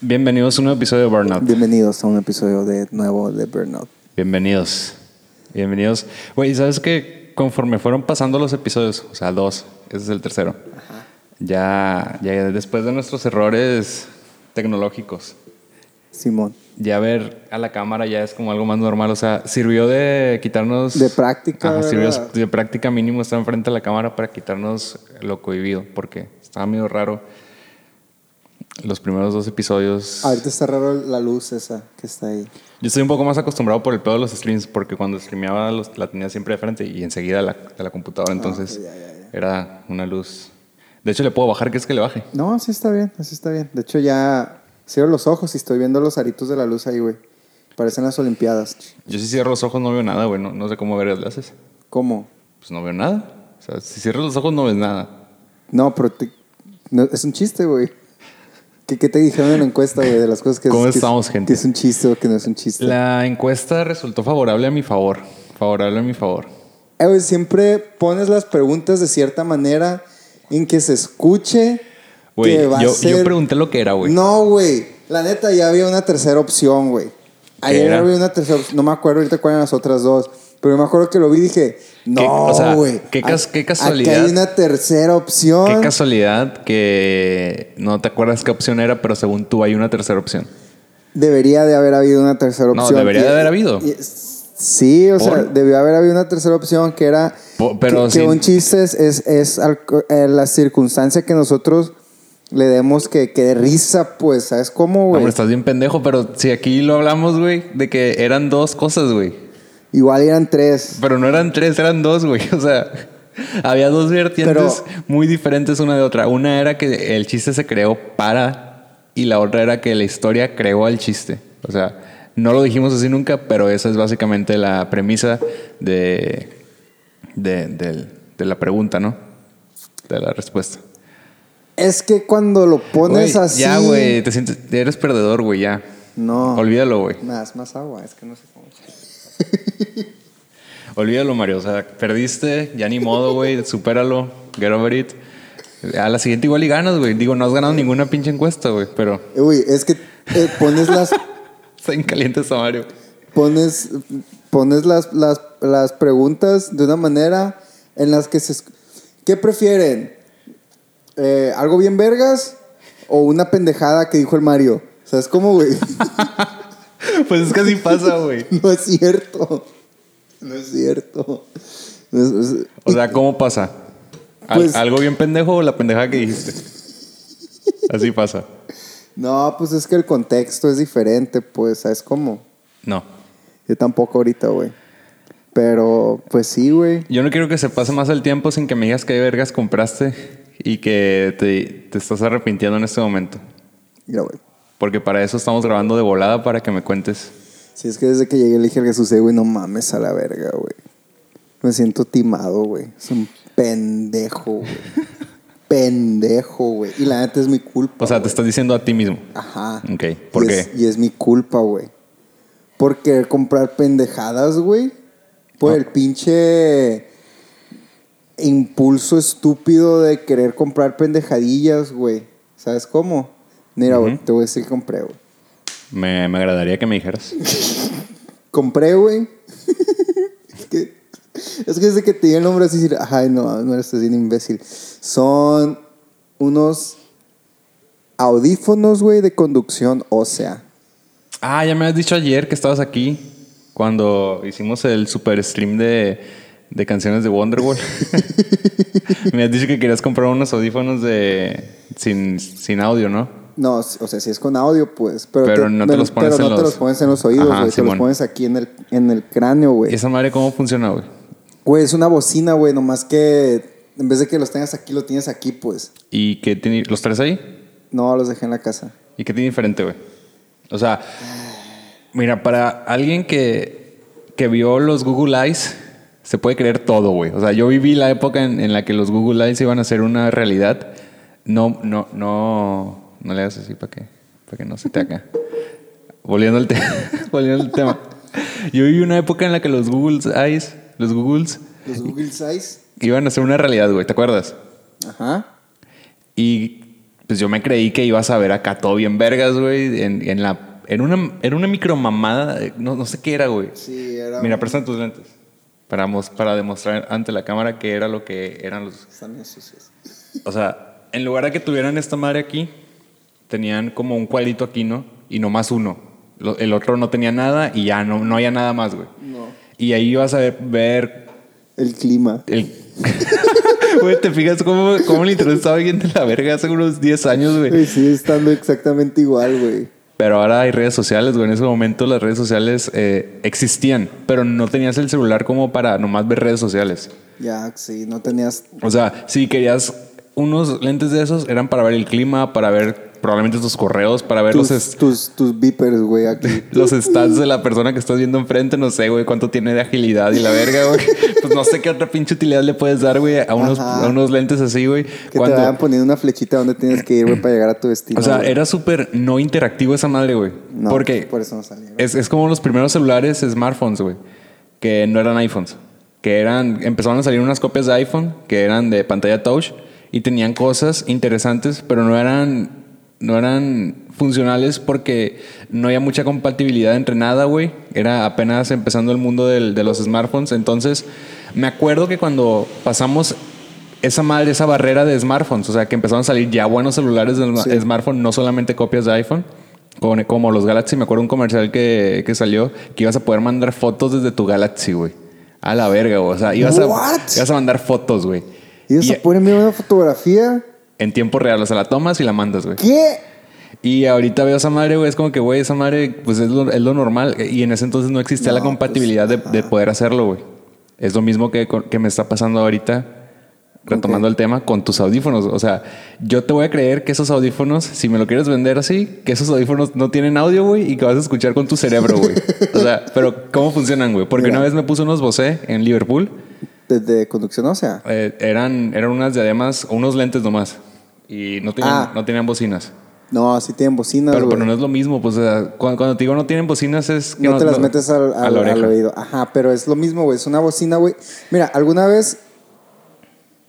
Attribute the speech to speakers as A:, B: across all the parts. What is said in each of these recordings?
A: Bienvenidos a un nuevo episodio de Burnout.
B: Bienvenidos a un episodio de nuevo de Burnout.
A: Bienvenidos. Bienvenidos. Güey, ¿sabes qué? Conforme fueron pasando los episodios, o sea, dos, ese es el tercero, ya, ya después de nuestros errores tecnológicos,
B: Simón.
A: ya ver a la cámara ya es como algo más normal. O sea, sirvió de quitarnos...
B: De práctica,
A: Ajá, sirvió
B: ¿verdad?
A: de práctica mínimo estar enfrente de la cámara para quitarnos lo cohibido, porque estaba medio raro los primeros dos episodios.
B: Ahorita está raro la luz esa que está ahí.
A: Yo estoy un poco más acostumbrado por el pedo de los streams, porque cuando streameaba los- la tenía siempre de frente y enseguida la, de la computadora, entonces
B: Ah, ya, ya,
A: era una luz. De hecho, le puedo bajar, ¿qué es que le baje?
B: No, así está bien, así está bien. De hecho, ya cierro los ojos y estoy viendo los aritos de la luz ahí, güey. Parecen las Olimpiadas.
A: Yo si cierro los ojos no veo nada, güey, no, no sé cómo ver las haces.
B: ¿Cómo?
A: Pues no veo nada. O sea, si cierras los ojos no ves nada.
B: No, pero te- no, es un chiste, güey. ¿Qué, qué te dijeron en la encuesta, güey? De las cosas que, es-
A: ¿Cómo
B: que es-
A: estamos, gente?
B: que es un chiste o que no es un chiste.
A: La encuesta resultó favorable a mi favor, favorable a mi favor.
B: Eh, güey, siempre pones las preguntas de cierta manera en que se escuche.
A: Güey,
B: que va a
A: yo, yo
B: ser-
A: pregunté lo que era, Ah, güey.
B: No, güey. La neta, ya había una tercera opción, güey. Ayer
A: era?
B: había una tercera opción. No me acuerdo ahorita cuáles eran las otras dos. Pero yo me acuerdo que lo vi y dije,
A: o sea,
B: no, güey.
A: qué
B: a-
A: cas- qué casualidad.
B: Aquí hay una tercera opción.
A: Qué casualidad que no te acuerdas qué opción era, pero según tú hay una tercera opción.
B: Debería de haber habido una tercera
A: No,
B: opción.
A: debería de haber habido.
B: y- Sí, o sea,
A: ¿Por?
B: debió haber habido una tercera opción que era
A: Po- pero
B: que, que
A: sin-
B: un chiste es, es, es al- eh, la circunstancia que nosotros le demos que, que de risa, pues, ¿sabes cómo,
A: Hombre,
B: güey?
A: estás bien pendejo, pero si aquí lo hablamos, güey, de que eran dos cosas, güey.
B: Igual eran tres.
A: Pero no eran tres, eran dos, güey. O sea, había dos vertientes muy diferentes una de otra. Una era que el chiste se creó para y la otra era que la historia creó al chiste. O sea, no lo dijimos así nunca, pero esa es básicamente la premisa de, de, del- de la pregunta, ¿no? De la respuesta.
B: Es que cuando lo pones
A: Güey,
B: así.
A: Ya, güey, te sientes, eres perdedor, güey, ya.
B: No.
A: Olvídalo, güey.
B: Nada, es más agua, es que no sé cómo.
A: Olvídalo, Mario. O sea, perdiste, ya ni modo, güey. Supéralo, get over it. A la siguiente igual y ganas, güey. Digo, no has ganado ninguna pinche encuesta, güey. Pero
B: Eh, Güey, es que eh, pones las.
A: está bien caliente esta Mario.
B: pones pones las, las, las preguntas de una manera en las que se. esc- ¿Qué prefieren? Eh, ¿Algo bien vergas? ¿O una pendejada que dijo el Mario? O sea, es como, güey.
A: Pues es que así pasa, güey.
B: no es cierto. No es cierto. No es- es-
A: O sea, ¿cómo pasa? Al-
B: Pues-
A: ¿Algo bien pendejo o la pendejada que dijiste? Así pasa.
B: no, pues es que el contexto es diferente, pues, ¿sabes cómo?
A: No.
B: Yo tampoco ahorita, güey. Pero, pues sí, güey.
A: Yo no quiero que se pase más el tiempo sin que me digas qué vergas compraste y que te, te estás arrepintiendo en este momento.
B: Mira, güey.
A: Porque para eso estamos grabando de volada para que me cuentes.
B: Si es que desde que llegué le dije al Jesús, "Eh, güey, no mames a la verga, güey. Me siento timado, güey. Es un pendejo, güey. pendejo, güey. Y la neta es mi culpa.
A: O sea, te estás diciendo a ti mismo.
B: Ajá.
A: Ok, ¿por
B: y
A: qué?
B: Es, y es mi culpa, güey. Por querer comprar pendejadas, güey. Por el pinche impulso estúpido de querer comprar pendejadillas, güey. ¿Sabes cómo? Mira, güey, te voy a decir que compré, güey.
A: Me, me agradaría que me dijeras.
B: Compré, güey. es, que, es que desde que te di el nombre así, decir, ay, no, no eres así un imbécil. Son unos audífonos, güey, de conducción ósea.
A: Ah, ya me has dicho ayer que estabas aquí cuando hicimos el super stream de, de canciones de Wonderwall. me has dicho que querías comprar unos audífonos de sin, sin audio, ¿no?
B: No, s- o sea, si es con audio, pues. Pero,
A: Pero no te los pones
B: pero
A: en
B: no te
A: los-
B: los pones en los oídos,
A: Ajá,
B: güey. Te los
A: Simón.
B: pones aquí en el, en el cráneo,
A: ¿Y
B: güey.
A: esa madre cómo funciona, güey?
B: Güey, es una bocina, güey. Nomás que en vez de que los tengas aquí, lo tienes aquí, pues.
A: ¿Y qué tiene? ¿Los tres ahí?
B: No, los dejé en la casa.
A: ¿Y qué tiene diferente, güey? O sea, mira, para alguien que, que vio los Google Eyes, se puede creer todo, güey. O sea, yo viví la época en, en la que los Google Eyes iban a ser una realidad. No, no, no, no le hagas así para que, para que no se te acá. volviendo al, te- volviendo al tema. Yo viví una época en la que los Google Eyes, los Googles,
B: Los Google Size.
A: iban a ser una realidad, güey. ¿Te acuerdas?
B: Ajá.
A: Y pues yo me creí que ibas a ver acá todo bien vergas, güey, en, en la... Era una, era una micromamada, eh, no, no sé qué era, güey.
B: Sí, era.
A: Mira, presta tus lentes. Para, mos- para demostrar ante la cámara que era lo que eran los...
B: Están bien sucios.
A: O sea, en lugar de que tuvieran esta madre aquí, tenían como un cuadrito aquí, ¿no? Y nomás uno. Lo- el otro no tenía nada y ya no, no había nada más, güey.
B: No.
A: Y ahí ibas a ver, ver
B: El clima.
A: el... Güey, ¿te fijas cómo, cómo le interesaba a alguien de la verga hace unos 10 años, güey?
B: Güey, sigue estando exactamente igual, güey.
A: Pero ahora hay redes sociales, güey. En ese momento las redes sociales eh, existían, pero no tenías el celular como para nomás ver redes sociales.
B: Ya, sí, no tenías.
A: O sea, si querías unos lentes de esos, eran para ver el clima, para ver probablemente tus correos, para ver los,
B: Tus,
A: est-
B: tus, tus beepers, güey, aquí.
A: los stats de la persona que estás viendo enfrente. No sé, güey, cuánto tiene de agilidad y la verga, güey. Pues no sé qué otra pinche utilidad le puedes dar, güey, a unos,
B: Ajá.
A: a unos lentes así, güey.
B: Que
A: Cuando-
B: te vayan poniendo una flechita donde tienes que ir, güey, para llegar a tu destino.
A: o sea,
B: güey.
A: era súper no interactivo esa madre, güey.
B: No,
A: Porque
B: Por eso no salía. güey.
A: Es, es como los primeros celulares smartphones, güey. Que no eran iPhones. Que eran. Empezaron a salir unas copias de iPhone que eran de pantalla touch y tenían cosas interesantes, pero no eran. No eran funcionales porque no había mucha compatibilidad entre nada, güey. Era apenas empezando el mundo del- de los smartphones. Entonces, me acuerdo que cuando pasamos esa madre, esa barrera de smartphones, o sea, que empezaron a salir ya buenos celulares de
B: Sí.
A: smartphone, no solamente copias de iPhone. Con- como los Galaxy, me acuerdo un comercial que, que salió que ibas a poder mandar fotos desde tu Galaxy, güey. A la verga, güey. O sea, ibas, a,
B: What?
A: ibas a mandar fotos, güey.
B: Y ellos
A: Y- eh,
B: se ponen viendo una fotografía.
A: En tiempo real, o sea, la tomas y la mandas, güey.
B: ¿Qué?
A: Y ahorita veo esa madre, güey, es como que, güey, esa madre, pues es lo, es lo normal. Y en ese entonces no existía
B: No,
A: la compatibilidad de-
B: pues,
A: de,
B: ajá.
A: poder hacerlo, güey. Es lo mismo que, con- que me está pasando ahorita, retomando el tema, con tus audífonos. O sea, yo te voy a creer que esos audífonos, si me lo quieres vender así, que esos audífonos no tienen audio, güey, y que vas a escuchar con tu cerebro, güey. O sea, pero ¿cómo funcionan, güey? Porque
B: Mira.
A: una vez me puse unos Bose en Liverpool.
B: Desde conducción, o sea.
A: eh, eran, eran unas diademas, unos lentes nomás. Y no tenían,
B: Ah.
A: no tenían bocinas.
B: No, sí tienen bocinas,
A: Pero,
B: güey.
A: pero no es lo mismo, pues o sea, cu- cuando, te digo no tienen bocinas es que
B: no, te las metes al,
A: a la
B: al- al
A: oreja.
B: oído. Ajá, pero es lo mismo, güey. Es una bocina, güey. Mira, alguna vez,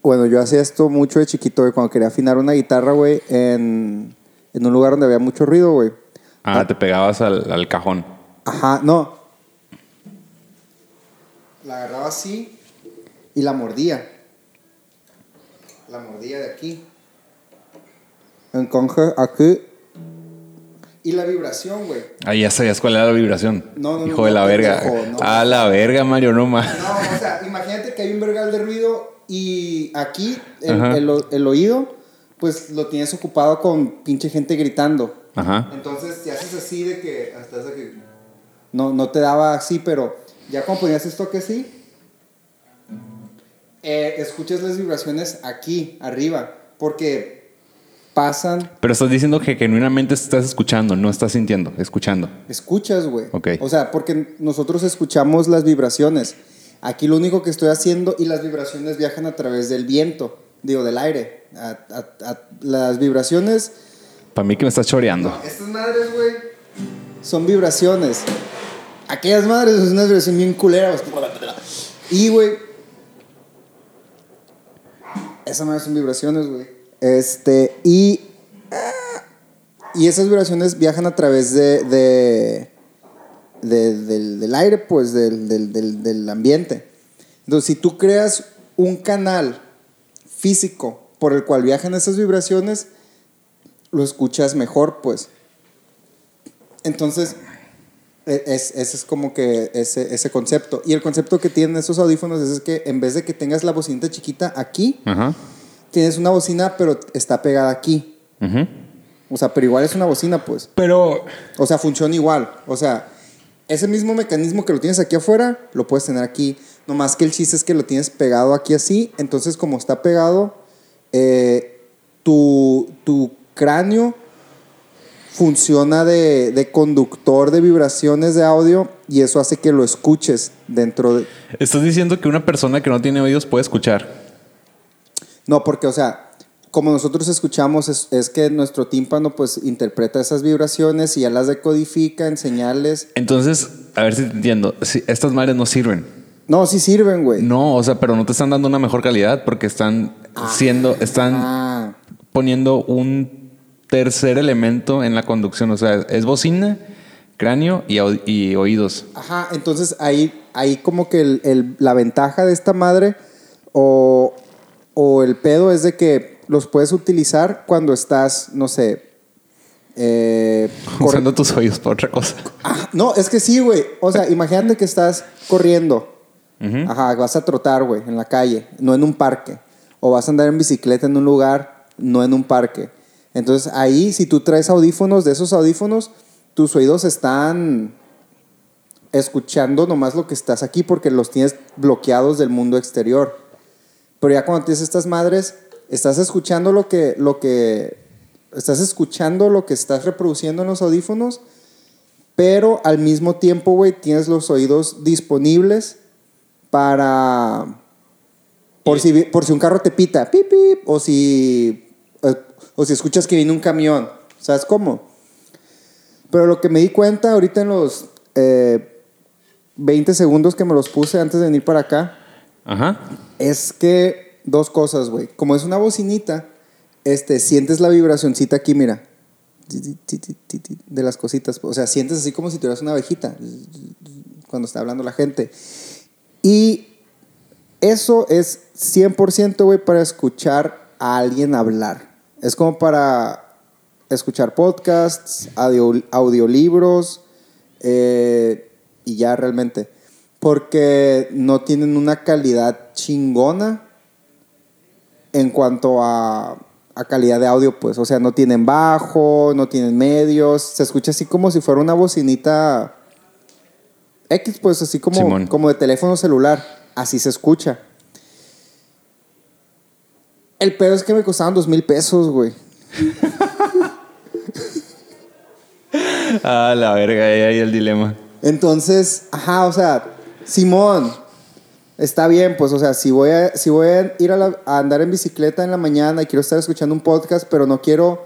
B: bueno, yo hacía esto mucho de chiquito, güey, cuando quería afinar una guitarra, güey, en, en un lugar donde había mucho ruido, güey.
A: Ah, te pegabas al, al cajón.
B: Ajá, no. La agarraba así y la mordía. La mordía de aquí. Entonces, aquí. Y la vibración, güey.
A: Ahí ya sabías cuál era la vibración.
B: No, no,
A: Hijo
B: no,
A: de la
B: no,
A: verga.
B: pendejo, no.
A: A la verga, Mario, no más.
B: No, o sea, imagínate que hay un vergal de ruido y aquí el,
A: Ajá.
B: el o- el oído, pues lo tienes ocupado con pinche gente gritando.
A: Ajá.
B: Entonces te haces así de que hasta hasta que no, no te daba así, pero ya cuando ponías esto que sí, eh, escuchas las vibraciones aquí, arriba, porque pasan,
A: Pero estás diciendo que genuinamente estás escuchando, no estás sintiendo, escuchando.
B: escuchas, güey.
A: Ok.
B: O sea, porque nosotros escuchamos las vibraciones. Aquí lo único que estoy haciendo y las vibraciones viajan a través del viento, digo, del aire. A- a- a- las vibraciones
A: Para mí que me estás choreando.
B: No, estas madres, güey, son vibraciones. Aquellas madres es una vibración bien culera. güey. Y, güey, esas madres son vibraciones, güey. Este, y. ah, Y esas vibraciones viajan a través de. de- de- del, del aire, pues, del, del- del- del ambiente. Entonces, si tú creas un canal físico por el cual viajan esas vibraciones, lo escuchas mejor, pues. Entonces, e- es, ese es como que ese, ese concepto. Y el concepto que tienen esos audífonos es que en vez de que tengas la bocinita chiquita aquí,
A: Ajá.
B: tienes una bocina, pero está pegada aquí.
A: Ujú.
B: O sea, pero igual es una bocina, pues.
A: Pero.
B: O sea, funciona igual. O sea, ese mismo mecanismo que lo tienes aquí afuera, lo puedes tener aquí. Nomás que el chiste es que lo tienes pegado aquí así. Entonces, como está pegado, eh, tu, tu cráneo funciona de, de conductor de vibraciones de audio y eso hace que lo escuches dentro de...
A: Estás diciendo que una persona que no tiene oídos puede escuchar.
B: No, porque, o sea, como nosotros escuchamos, es, es que nuestro tímpano pues interpreta esas vibraciones y ya las decodifica en señales.
A: Entonces, a ver si te entiendo. Si estas madres no sirven.
B: No, sí sirven, güey.
A: No, o sea, pero no te están dando una mejor calidad porque están siendo. Están.
B: Ah,
A: poniendo un tercer elemento en la conducción. O sea, es bocina, cráneo y, au- y oídos.
B: Ajá, entonces ahí, ahí como que el- el- la ventaja de esta madre o, o el pedo es de que los puedes utilizar cuando estás, no sé, eh, cor-
A: Usando tus oídos para otra cosa.
B: Ah, no, es que sí, güey. O sea, imagínate que estás corriendo. Ajá, vas a trotar, güey, en la calle, no en un parque. O vas a andar en bicicleta en un lugar, no en un parque. Entonces ahí, si tú traes audífonos, de esos audífonos, tus oídos están escuchando nomás lo que estás aquí porque los tienes bloqueados del mundo exterior. Pero ya cuando tienes estas madres, estás escuchando lo que, lo que, estás escuchando lo que estás reproduciendo en los audífonos pero al mismo tiempo, güey, tienes los oídos disponibles para... Por si, vi- por si un carro te pita, pip, pip, o si, eh, o si escuchas que viene un camión, ¿sabes cómo? Pero lo que me di cuenta ahorita en los eh, 20 segundos que me los puse antes de venir para acá,
A: Ajá.
B: es que dos cosas, güey. Como es una bocinita, este, sientes la vibracioncita aquí, mira. Ti, ti, ti, ti, ti, ti, De las cositas. O sea, sientes así como si tuvieras una abejita cuando está hablando la gente. Y eso es 100%, güey, para escuchar a alguien hablar. Es como para escuchar podcasts, audio- audiolibros eh, y ya realmente. Porque no tienen una calidad chingona en cuanto a, a calidad de audio, pues. O sea, no tienen bajo, no tienen medios. Se escucha así como si fuera una bocinita X, pues, así
A: Simón.
B: como, como de teléfono celular. Así se escucha. El pedo es que me costaban dos mil pesos, güey.
A: Ah, la verga, ahí hay el dilema.
B: Entonces, ajá, o sea, Simón, está bien, pues, o sea, si voy a, si voy a ir a, la- a andar en bicicleta en la mañana y quiero estar escuchando un podcast, pero no quiero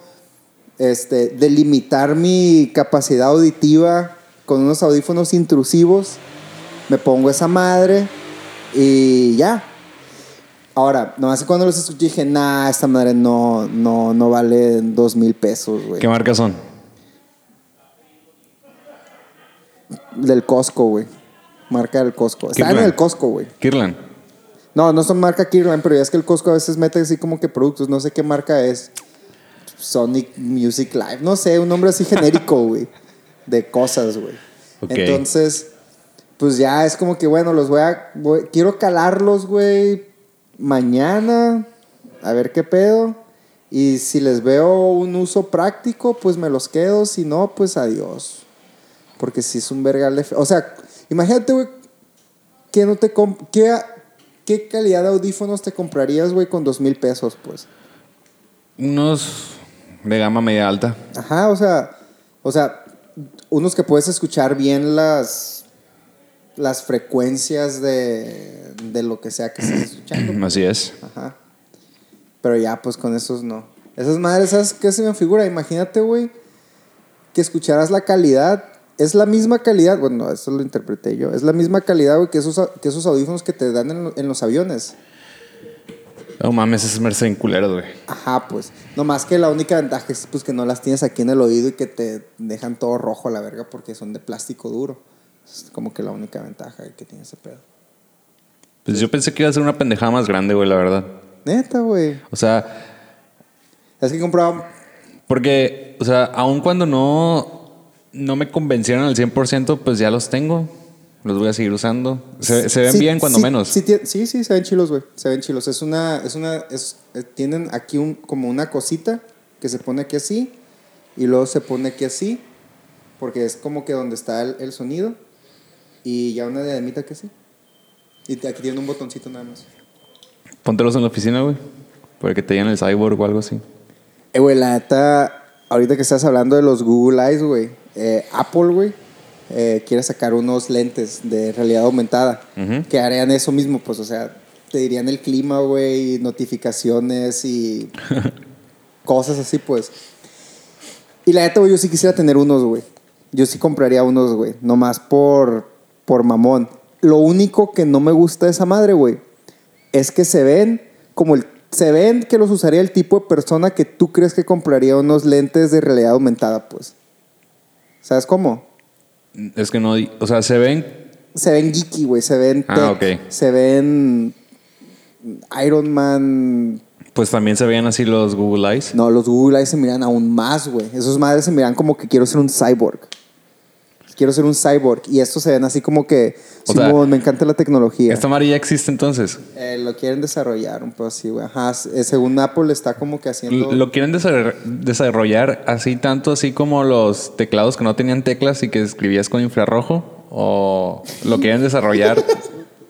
B: este, delimitar mi capacidad auditiva con unos audífonos intrusivos, me pongo esa madre y ya. Ahora, nomás que cuando los escuché dije, nah, esta madre no, no, no vale dos mil pesos, güey.
A: ¿Qué marcas son?
B: Del Costco, güey. Marca del Costco. Está en
A: Kirkland.
B: el Costco, güey.
A: Kirlan.
B: No, no son marca Kirkland, pero ya es que el Costco a veces mete así como que productos, no sé qué marca es. Sonic Music Live, no sé, un nombre así genérico, güey. De cosas, güey.
A: Ok.
B: Entonces, pues ya es como que, bueno, los voy a... voy- quiero calarlos, güey, mañana, a ver qué pedo. Y si les veo un uso práctico, pues me los quedo, si no, pues adiós. Porque si es un vergal de... fe- O sea, imagínate, güey, ¿Qué, no te comp- qué, a- qué calidad de audífonos te comprarías, güey, con dos mil pesos, pues?
A: Unos de gama media alta.
B: Ajá, o sea, o sea, unos que puedes escuchar bien las, las frecuencias de, de lo que sea que estés escuchando.
A: Así es.
B: Ajá. Pero ya, pues con esos no. Esas madres, ¿sabes qué se me figura? Imagínate, güey, que escucharas la calidad. Es la misma calidad, bueno, eso lo interpreté yo. Es la misma calidad, güey, que esos, a- que esos audífonos que te dan en lo- en los aviones.
A: No mames, es merced en culeros, güey.
B: Ajá, pues. Nomás que la única ventaja es pues, que no las tienes aquí en el oído y que te dejan todo rojo a la verga porque son de plástico duro. Es como que la única ventaja que tiene ese pedo.
A: Pues yo pensé que iba a ser una pendejada más grande, güey, la verdad.
B: Neta, güey.
A: O sea,
B: Es que compraba.
A: porque, o sea, aun cuando no, no me convencieron al 100%, pues ya los tengo. Los voy a seguir usando. Se, se ven
B: Sí,
A: bien cuando
B: sí,
A: menos.
B: Sí, tie- sí, sí, se ven chilos, güey. Se ven chilos. Es una. Es una es- eh, tienen aquí un, como una cosita que se pone aquí así y luego se pone aquí así porque es como que donde está el, el sonido y ya una diademita que sí. Y te- aquí tiene un botoncito nada más.
A: Póntelos en la oficina, güey. Para que te digan el cyborg o algo así.
B: Eh, güey, la neta, ahorita que estás hablando de los Google Eyes, güey, eh, Apple, güey, eh, quiere sacar unos lentes de realidad aumentada
A: Ujú.
B: que harían eso mismo, pues, o sea, te dirían el clima, güey, y notificaciones y cosas así, pues. Y la neta, güey, yo sí quisiera tener unos, güey. Yo sí compraría unos, güey, nomás por, por mamón. Lo único que no me gusta de esa madre, güey, es que se ven como el se ven que los usaría el tipo de persona que tú crees que compraría unos lentes de realidad aumentada, pues. ¿Sabes cómo?
A: Es que no. di- O sea, se ven.
B: Se ven geeky, güey. Se ven
A: Ah,
B: tech,
A: ok.
B: Se ven Iron Man.
A: Pues también se veían así los Google Eyes.
B: No, los Google Eyes se miran aún más, güey. Esos madres se miran como que quiero ser un cyborg. Quiero ser un cyborg. Y estos se ven así como que...
A: O sea,
B: Simón, me encanta la tecnología.
A: Esta madre ya existe entonces.
B: Eh, lo quieren desarrollar un poco así, güey. Ajá. eh, según Apple está como que haciendo...
A: L- Lo quieren desar- desarrollar así tanto así como los teclados que no tenían teclas y que escribías con infrarrojo. O lo quieren desarrollar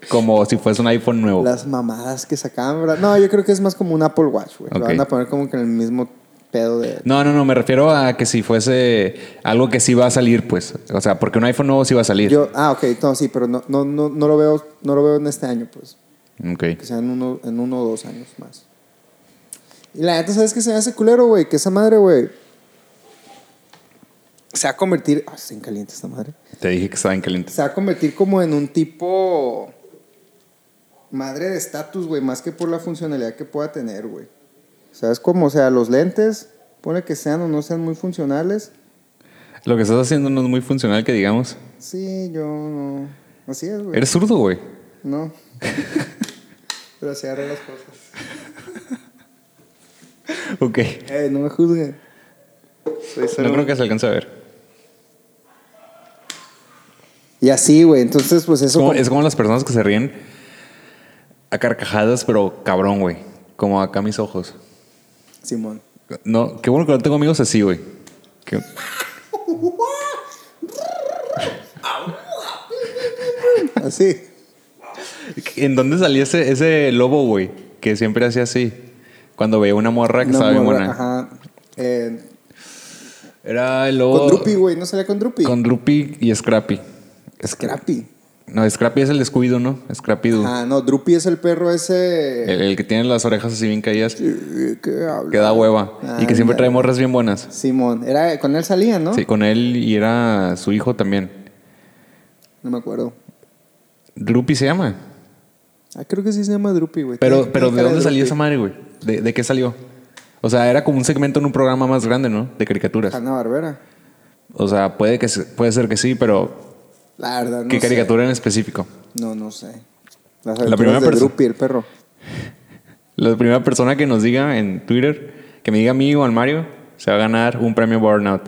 A: como si fuese un iPhone nuevo.
B: Las mamadas que sacaban, ¿verdad? No, yo creo que es más como un Apple Watch, güey. Lo
A: Ok.
B: van a poner como que en el mismo pedo de...
A: No, no, no, me refiero a que si fuese algo que sí va a salir, pues. O sea, porque un iPhone nuevo sí va a salir.
B: Yo, ah, ok, no, sí, pero no, no, no, no lo veo, no lo veo en este año, pues.
A: Ok.
B: Que sea en uno, en uno o dos años más. Y la neta, ¿sabes qué se me hace culero, güey? Que esa madre, güey. Se va a convertir. Ah, está en caliente esta madre.
A: Te dije que estaban calientes.
B: Se va a convertir como en un tipo. Madre de estatus, güey, más que por la funcionalidad que pueda tener, güey. ¿Sabes cómo? O sea, los lentes, pone que sean o no sean muy funcionales.
A: Lo que estás haciendo no es muy funcional, que digamos.
B: Sí, yo no. Así es, güey.
A: Eres zurdo, güey.
B: No. Pero así agarré las cosas.
A: Ok.
B: Eh, no me juzguen. Soy solo
A: No creo
B: un-
A: que se alcance a ver.
B: Y así, güey. Entonces, pues
A: Es
B: eso.
A: como,
B: como-
A: es como las personas que se ríen a carcajadas, pero cabrón, güey. Como acá mis ojos.
B: Simón.
A: No, qué bueno que no tengo amigos así, güey. Que-
B: Así.
A: ¿En dónde salía ese, ese lobo, güey? Que siempre hacía así. Cuando veía una morra que
B: Una
A: estaba bien
B: morra,
A: buena.
B: Ajá. Eh,
A: Era el lobo.
B: con Drupi, güey. ¿No salía con Drupi?
A: Oh. Con Drupi y Scrappy.
B: Scrappy.
A: No, Scrappy es el descuido, ¿no? Scrappy Doo.
B: Ah, no. Drupi es el perro ese.
A: El, el que tiene las orejas así bien caídas, que
B: ¿Qué habla?
A: da hueva. y que siempre
B: Ándale.
A: trae morras bien buenas.
B: Simón. Era, con él salía, Ah, ¿no?
A: Sí, con él y era su hijo también.
B: No me acuerdo.
A: Drupi se llama.
B: Ah, creo que sí se llama Drupi, güey.
A: Pero,
B: Tiene-
A: pero
B: tiene
A: ¿de
B: cara
A: dónde salió
B: Drupi.
A: esa madre, güey? ¿De, de qué salió? O sea, era como un segmento en un programa más grande, ¿no? De caricaturas.
B: Hanna Barbera.
A: O sea, puede, que, se- puede ser que sí, pero
B: La verdad, no
A: ¿qué
B: sé.
A: caricatura en específico?
B: No, no sé. Las
A: La
B: aventuras
A: primera
B: de
A: persona-
B: Drupi, el perro.
A: La primera persona que nos diga en Twitter, que me diga a mí o al Mario, se va a ganar un premio Burnout.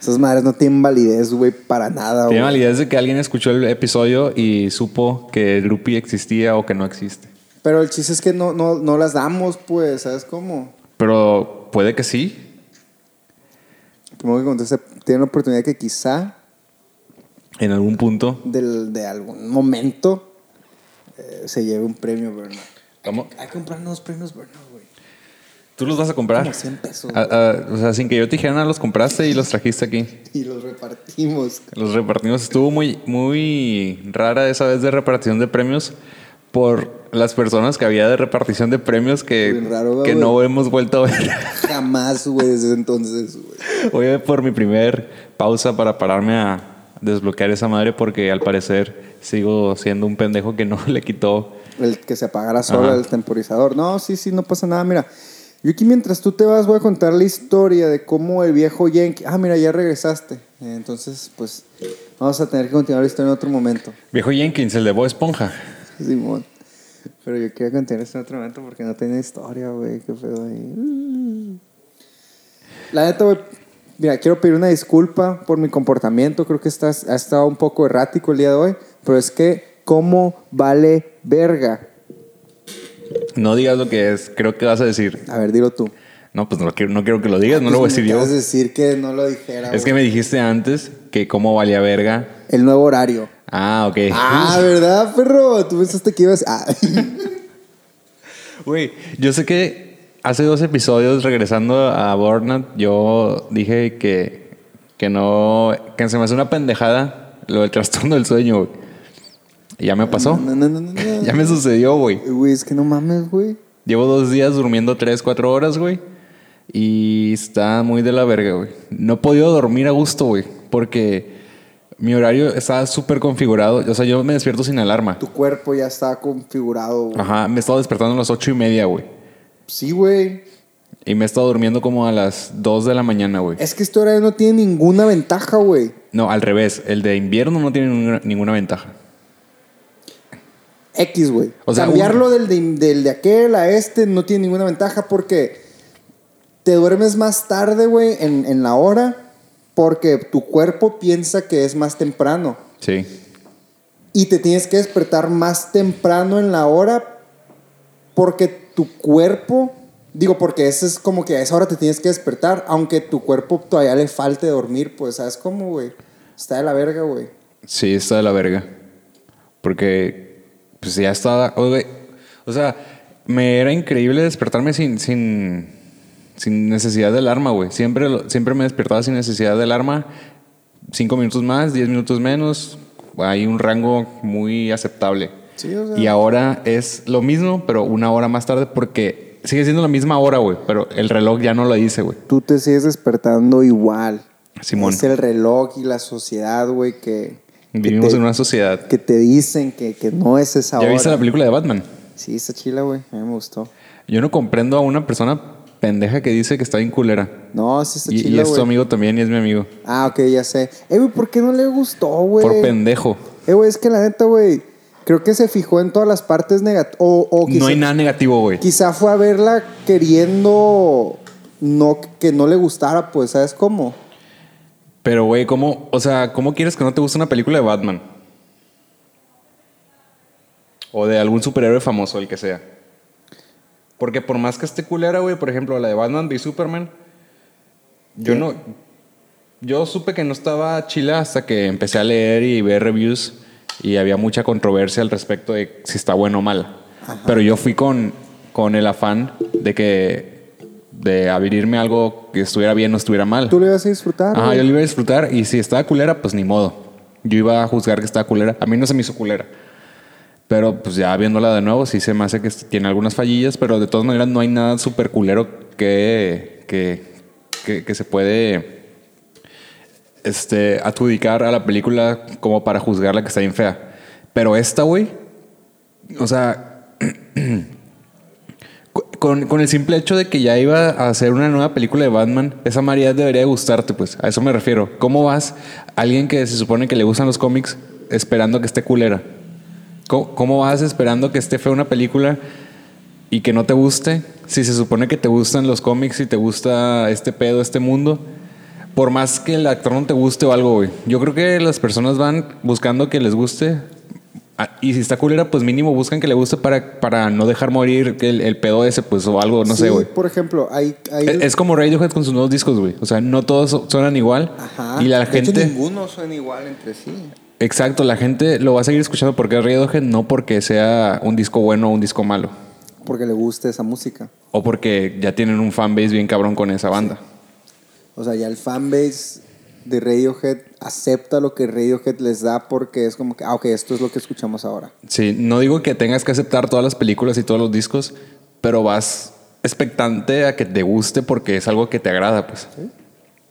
B: Esas madres no tienen validez, güey, para nada, güey.
A: Tiene validez de que alguien escuchó el episodio y supo que Drupi existía o que no existe.
B: Pero el chiste es que no, no, no las damos, pues, ¿sabes cómo?
A: Pero puede que sí.
B: Como que conteste, tienen la oportunidad que quizá
A: En algún punto.
B: del, de algún momento eh, se lleve un premio, Bernard.
A: ¿Cómo?
B: Hay que comprar unos premios, Bernard, güey.
A: ¿Tú los vas a comprar?
B: Como 100 pesos.
A: Ah, ah, o sea, sin que yo te dijera nada, los compraste y los trajiste aquí.
B: Y los repartimos.
A: Los repartimos. Estuvo muy, muy rara esa vez de repartición de premios por las personas que había de repartición de premios que,
B: Bien raro,
A: que
B: güey.
A: no hemos vuelto a ver.
B: Jamás, güey, desde entonces, güey.
A: Voy a por mi primer pausa para pararme a desbloquear esa madre porque al parecer sigo siendo un pendejo que no le quitó.
B: El que se apagara solo
A: Ajá.
B: el temporizador. No, sí, sí, no pasa nada. Mira, yo aquí mientras tú te vas voy a contar la historia de cómo el viejo Yankee... Ah, mira, ya regresaste. Eh, Entonces, pues, vamos a tener que continuar la historia en otro momento.
A: Viejo Jenkins, el de Bob Esponja.
B: Simón. Pero yo quería contar este otro momento porque no tenía historia, güey. Qué pedo ahí. La neta, güey. Mira, quiero pedir una disculpa por mi comportamiento. Creo que estás, ha estado un poco errático el día de hoy. Pero es que, ¿cómo vale verga?
A: No digas lo que es, creo que vas a decir.
B: A ver, dilo tú.
A: No, pues no quiero, no quiero que lo digas, no lo voy a decir
B: Me
A: yo.
B: acabas de decir que no lo dijera.
A: Es que
B: güey.
A: me dijiste antes que cómo valía verga.
B: El nuevo horario.
A: Ah, ok.
B: Ah, ¿verdad, perro? Tú pensaste que ibas. Ah.
A: Güey, yo sé que hace dos episodios regresando a Burnout, yo dije que, que no, que se me hace una pendejada lo del trastorno del sueño, güey. Y ya me pasó.
B: No, no, no, no. no.
A: Ya me sucedió, güey.
B: Güey, es que no mames, güey.
A: Llevo dos días durmiendo tres, cuatro horas, güey. Y está muy de la verga, güey. No he podido dormir a gusto, güey. Porque mi horario está súper configurado. O sea, yo me despierto sin alarma.
B: Tu cuerpo ya está configurado, güey.
A: Ajá, me he estado despertando a las ocho y media, güey.
B: Sí, güey.
A: Y me he estado durmiendo como a las 2 de la mañana, güey.
B: Es que este horario no tiene ninguna ventaja, güey.
A: No, al revés. El de invierno no tiene ninguna, ninguna ventaja.
B: X, güey.
A: O sea,
B: Cambiarlo del de, del de aquel a este no tiene ninguna ventaja porque te duermes más tarde, güey, en, en la hora, porque tu cuerpo piensa que es más temprano.
A: Sí.
B: Y te tienes que despertar más temprano en la hora porque tu cuerpo, digo, porque ese es como que a esa hora te tienes que despertar, aunque tu cuerpo todavía le falte dormir, pues, ¿sabes cómo, güey? Está de la verga, güey.
A: Sí, está de la verga. Porque, pues ya estaba. O, güey, o sea, me era increíble despertarme sin, sin, sin necesidad de alarma, güey. Siempre, lo- siempre me despertaba sin necesidad de alarma. Cinco minutos más, diez minutos menos. Hay un rango muy aceptable.
B: Sí, o sea.
A: Y ahora es lo mismo, pero una hora más tarde, porque sigue siendo la misma hora, güey. Pero el reloj ya no lo dice, güey.
B: Tú te sigues despertando igual.
A: Simón.
B: Es el reloj y la sociedad, güey, que, que
A: Vivimos
B: te,
A: en una sociedad.
B: que te dicen que, que no es esa
A: ¿Ya
B: hora.
A: viste la película de Batman?
B: Sí, está chila, güey. A mí me gustó.
A: Yo no comprendo a una persona pendeja que dice que está bien culera.
B: No, sí está
A: Y, y
B: chila,
A: es tu
B: güey.
A: amigo también y es mi amigo.
B: Ah, ok, ya sé. Eh, güey, ¿por qué no le gustó, güey?
A: Por pendejo.
B: Eh, güey, es que la neta, güey, creo que se fijó en todas las partes negativas. O, o quizá,
A: No hay nada negativo, güey.
B: quizá fue a verla queriendo no, que no le gustara, pues, ¿sabes cómo?
A: Pero, güey, ¿cómo, o sea, ¿cómo quieres que no te guste una película de Batman? O de algún superhéroe famoso, el que sea. Porque por más que esté culera, güey, por ejemplo, la de Batman v Superman, yo no. Yo supe que no estaba chila hasta que empecé a leer y ver reviews y había mucha controversia al respecto de si está bueno o mala. Pero yo fui con, con el afán de que. de abrirme algo que estuviera bien o estuviera mal.
B: Tú le ibas a disfrutar,
A: Ah,
B: güey.
A: yo lo iba a disfrutar y si estaba culera, pues ni modo. Yo iba a juzgar que estaba culera. A mí no se me hizo culera. Pero pues ya viéndola de nuevo, sí se me hace que tiene algunas fallillas, pero de todas maneras no hay nada súper culero que, que, que, que se puede este, adjudicar a la película como para juzgarla que está bien fea. Pero esta, güey, o sea, con, con el simple hecho de que ya iba a hacer una nueva película de Batman, esa María debería de gustarte, pues. A eso me refiero. ¿Cómo vas a alguien que se supone que le gustan los cómics esperando que esté culera? ¿Cómo, cómo vas esperando que esté fea una película y que no te guste? Si se supone que te gustan los cómics y te gusta este pedo, este mundo. Por más que el actor no te guste o algo, güey. Yo creo que las personas van buscando que les guste. Ah, Y si está culera, pues mínimo buscan que le guste para, para no dejar morir el, el pedo ese, pues, o algo, no sé,
B: Sí,
A: güey.
B: Por ejemplo, hay. hay...
A: Es, es como Radiohead con sus nuevos discos, güey. O sea, no todos so- suenan igual.
B: Ajá.
A: Y la
B: De hecho,
A: gente.
B: ninguno suena igual entre sí.
A: exacto, la gente lo va a seguir escuchando porque es Radiohead, no porque sea un disco bueno o un disco malo.
B: Porque le gusta esa música.
A: O porque ya tienen un fanbase bien cabrón con esa banda.
B: O sea, ya el fanbase de Radiohead acepta lo que Radiohead les da porque es como que, ah, ok, esto es lo que escuchamos ahora.
A: Sí, no digo que tengas que aceptar todas las películas y todos los discos, pero vas expectante a que te guste porque es algo que te agrada, pues.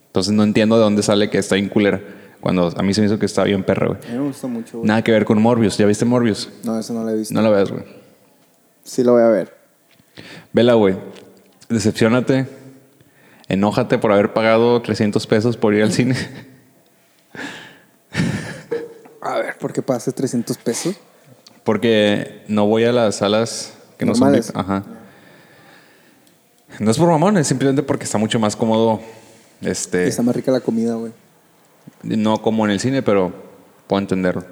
A: Entonces no entiendo de dónde sale que está bien culera. Cuando a mí se me hizo que está bien perra, güey.
B: A mí me gusta mucho, güey.
A: Nada que ver con Morbius. ¿Ya viste Morbius?
B: No, eso no lo he visto.
A: No la veas, güey.
B: Sí lo voy a ver.
A: Vela, güey. Decepcionate. Enójate por haber pagado 300 pesos por ir al cine.
B: A ver, ¿por qué pagaste 300 pesos?
A: Porque no voy a las salas que no son...
B: Normales.
A: VIP. Ajá. No es por mamón, es simplemente porque está mucho más cómodo. Este...
B: Está más rica la comida, güey.
A: No como en el cine, pero puedo entenderlo.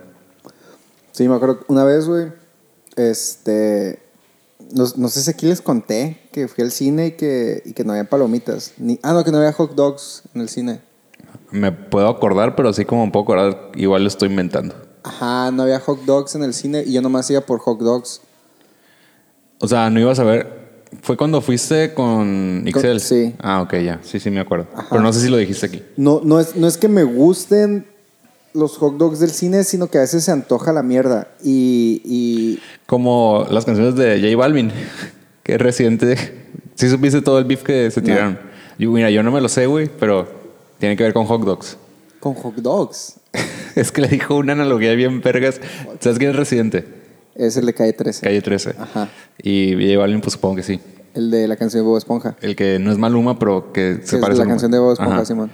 B: Sí, me acuerdo que una vez, güey, este... No, no sé si aquí les conté que fui al cine y que, y que no había palomitas. Ni, ah, no, que no había hot dogs en el cine.
A: Me puedo acordar, pero así como me puedo acordar, igual lo estoy inventando.
B: Ajá, no había hot dogs en el cine y yo nomás iba por hot dogs.
A: O sea, no ibas a ver... ¿Fue cuando fuiste con Excel?
B: sí.
A: Ah, ok, ya. Sí, sí, me acuerdo. Pero no sé si lo dijiste aquí.
B: No, no, es, no es que me gusten los hot dogs del cine, sino que a veces se antoja la mierda. Y, y
A: Como las canciones de J Balvin, que es reciente. Si supiste todo el beef que se tiraron. Yo- mira, yo no me lo sé, güey, pero tiene que ver con hot dogs.
B: con hot dogs
A: es que le dijo una analogía bien vergas. ¿Sabes quién es residente?
B: es el de calle 13.
A: Calle 13.
B: Ajá.
A: Y J Balvin, pues supongo que sí.
B: El de la canción de Bob Esponja.
A: El que no es Maluma, pero que
B: Sí,
A: se
B: es
A: parece
B: la
A: a
B: canción de Bob Esponja,
A: Ajá.
B: Simón.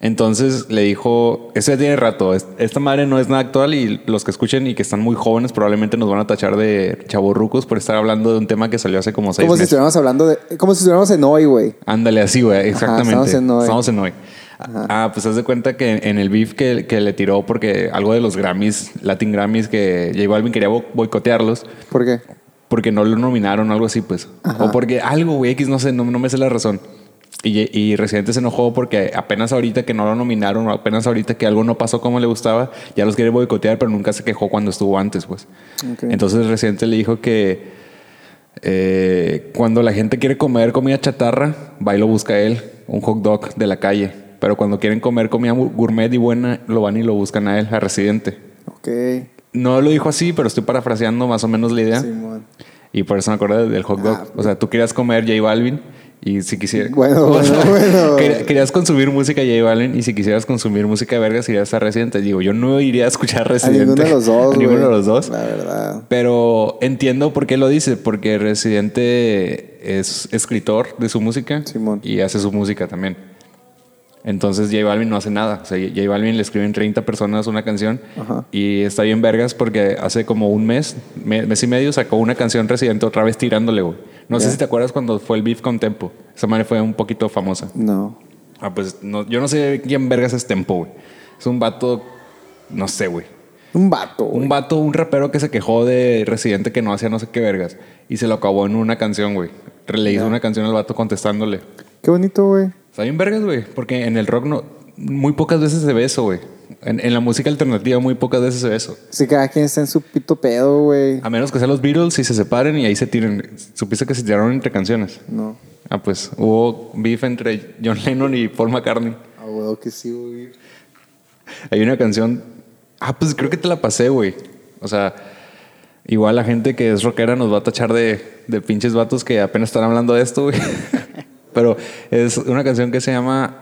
A: Entonces le dijo, eso ya tiene rato, es- esta madre no es nada actual y los que escuchen y que están muy jóvenes probablemente nos van a tachar de chavorrucos por estar hablando de un tema que salió hace como seis
B: Como si
A: meses.
B: estuviéramos hablando de. Como si estuviéramos en hoy, güey.
A: Ándale, así, güey, exactamente.
B: estamos en hoy.
A: Estamos en hoy. Ah, pues haz de cuenta que en el beef que, que le tiró porque algo de los Grammys, Latin Grammys, que J Balvin quería bo- boicotearlos
B: ¿Por qué?
A: porque no lo nominaron o algo así, pues.
B: Ajá.
A: O porque algo, güey, X, no sé, no, no me sé la razón. Y, y Residente se enojó porque apenas ahorita que no lo nominaron, o apenas ahorita que algo no pasó como le gustaba, ya los quiere boicotear, pero nunca se quejó cuando estuvo antes, pues.
B: Ok.
A: Entonces Residente le dijo que eh, cuando la gente quiere comer comida chatarra, va y lo busca él, un hot dog de la calle. Pero cuando quieren comer comida gur- gourmet y buena, lo van y lo buscan a él, a Residente.
B: Ok.
A: No lo dijo así, pero estoy parafraseando más o menos la idea.
B: Simón.
A: Y por eso me acordé del hot dog.
B: Ah,
A: o sea, tú querías comer J Balvin y si quisieras.
B: Bueno,
A: O sea,
B: bueno, bueno.
A: quer- Querías consumir música J Balvin y si quisieras consumir música de vergas irías a Residente. Digo, yo no iría a escuchar
B: A
A: Residente.
B: ninguno de los dos,
A: A
B: güey.
A: ninguno de los dos.
B: La verdad.
A: Pero entiendo por qué lo dice, porque Residente es escritor de su música
B: Simón.
A: y hace su música también. Entonces J Balvin no hace nada. O sea, J Balvin le escriben 30 personas una canción
B: Ajá.
A: y está bien vergas porque hace como un mes, me- mes y medio, sacó una canción Residente otra vez tirándole, güey. No sé
B: Ya.
A: si te acuerdas cuando fue el beef con Tempo. Esa madre fue un poquito famosa.
B: No.
A: Ah, pues no- yo no sé quién vergas es Tempo, güey. Es un vato, no sé, güey.
B: Un vato, güey.
A: Un vato, un rapero que se quejó de Residente que no hacía no sé qué vergas. Y se lo acabó en una canción, güey. Re- Le hizo
B: Ya.
A: una canción al vato contestándole.
B: Qué bonito, güey.
A: Está bien vergas, güey. Porque en el rock no, muy pocas veces se ve eso, güey. En, en la música alternativa muy pocas veces se ve eso.
B: Si cada quien está en su pito pedo, güey.
A: A menos que sean los Beatles y se separen y ahí se tiren. Supiste que se tiraron entre canciones.
B: No.
A: Ah, pues hubo beef entre John Lennon y Paul McCartney.
B: A huevo que sí, güey.
A: Hay una canción. Ah, pues creo que te la pasé, güey. O sea, igual la gente que es rockera nos va a tachar de, de pinches vatos que apenas están hablando de esto, güey. Pero es una canción que se llama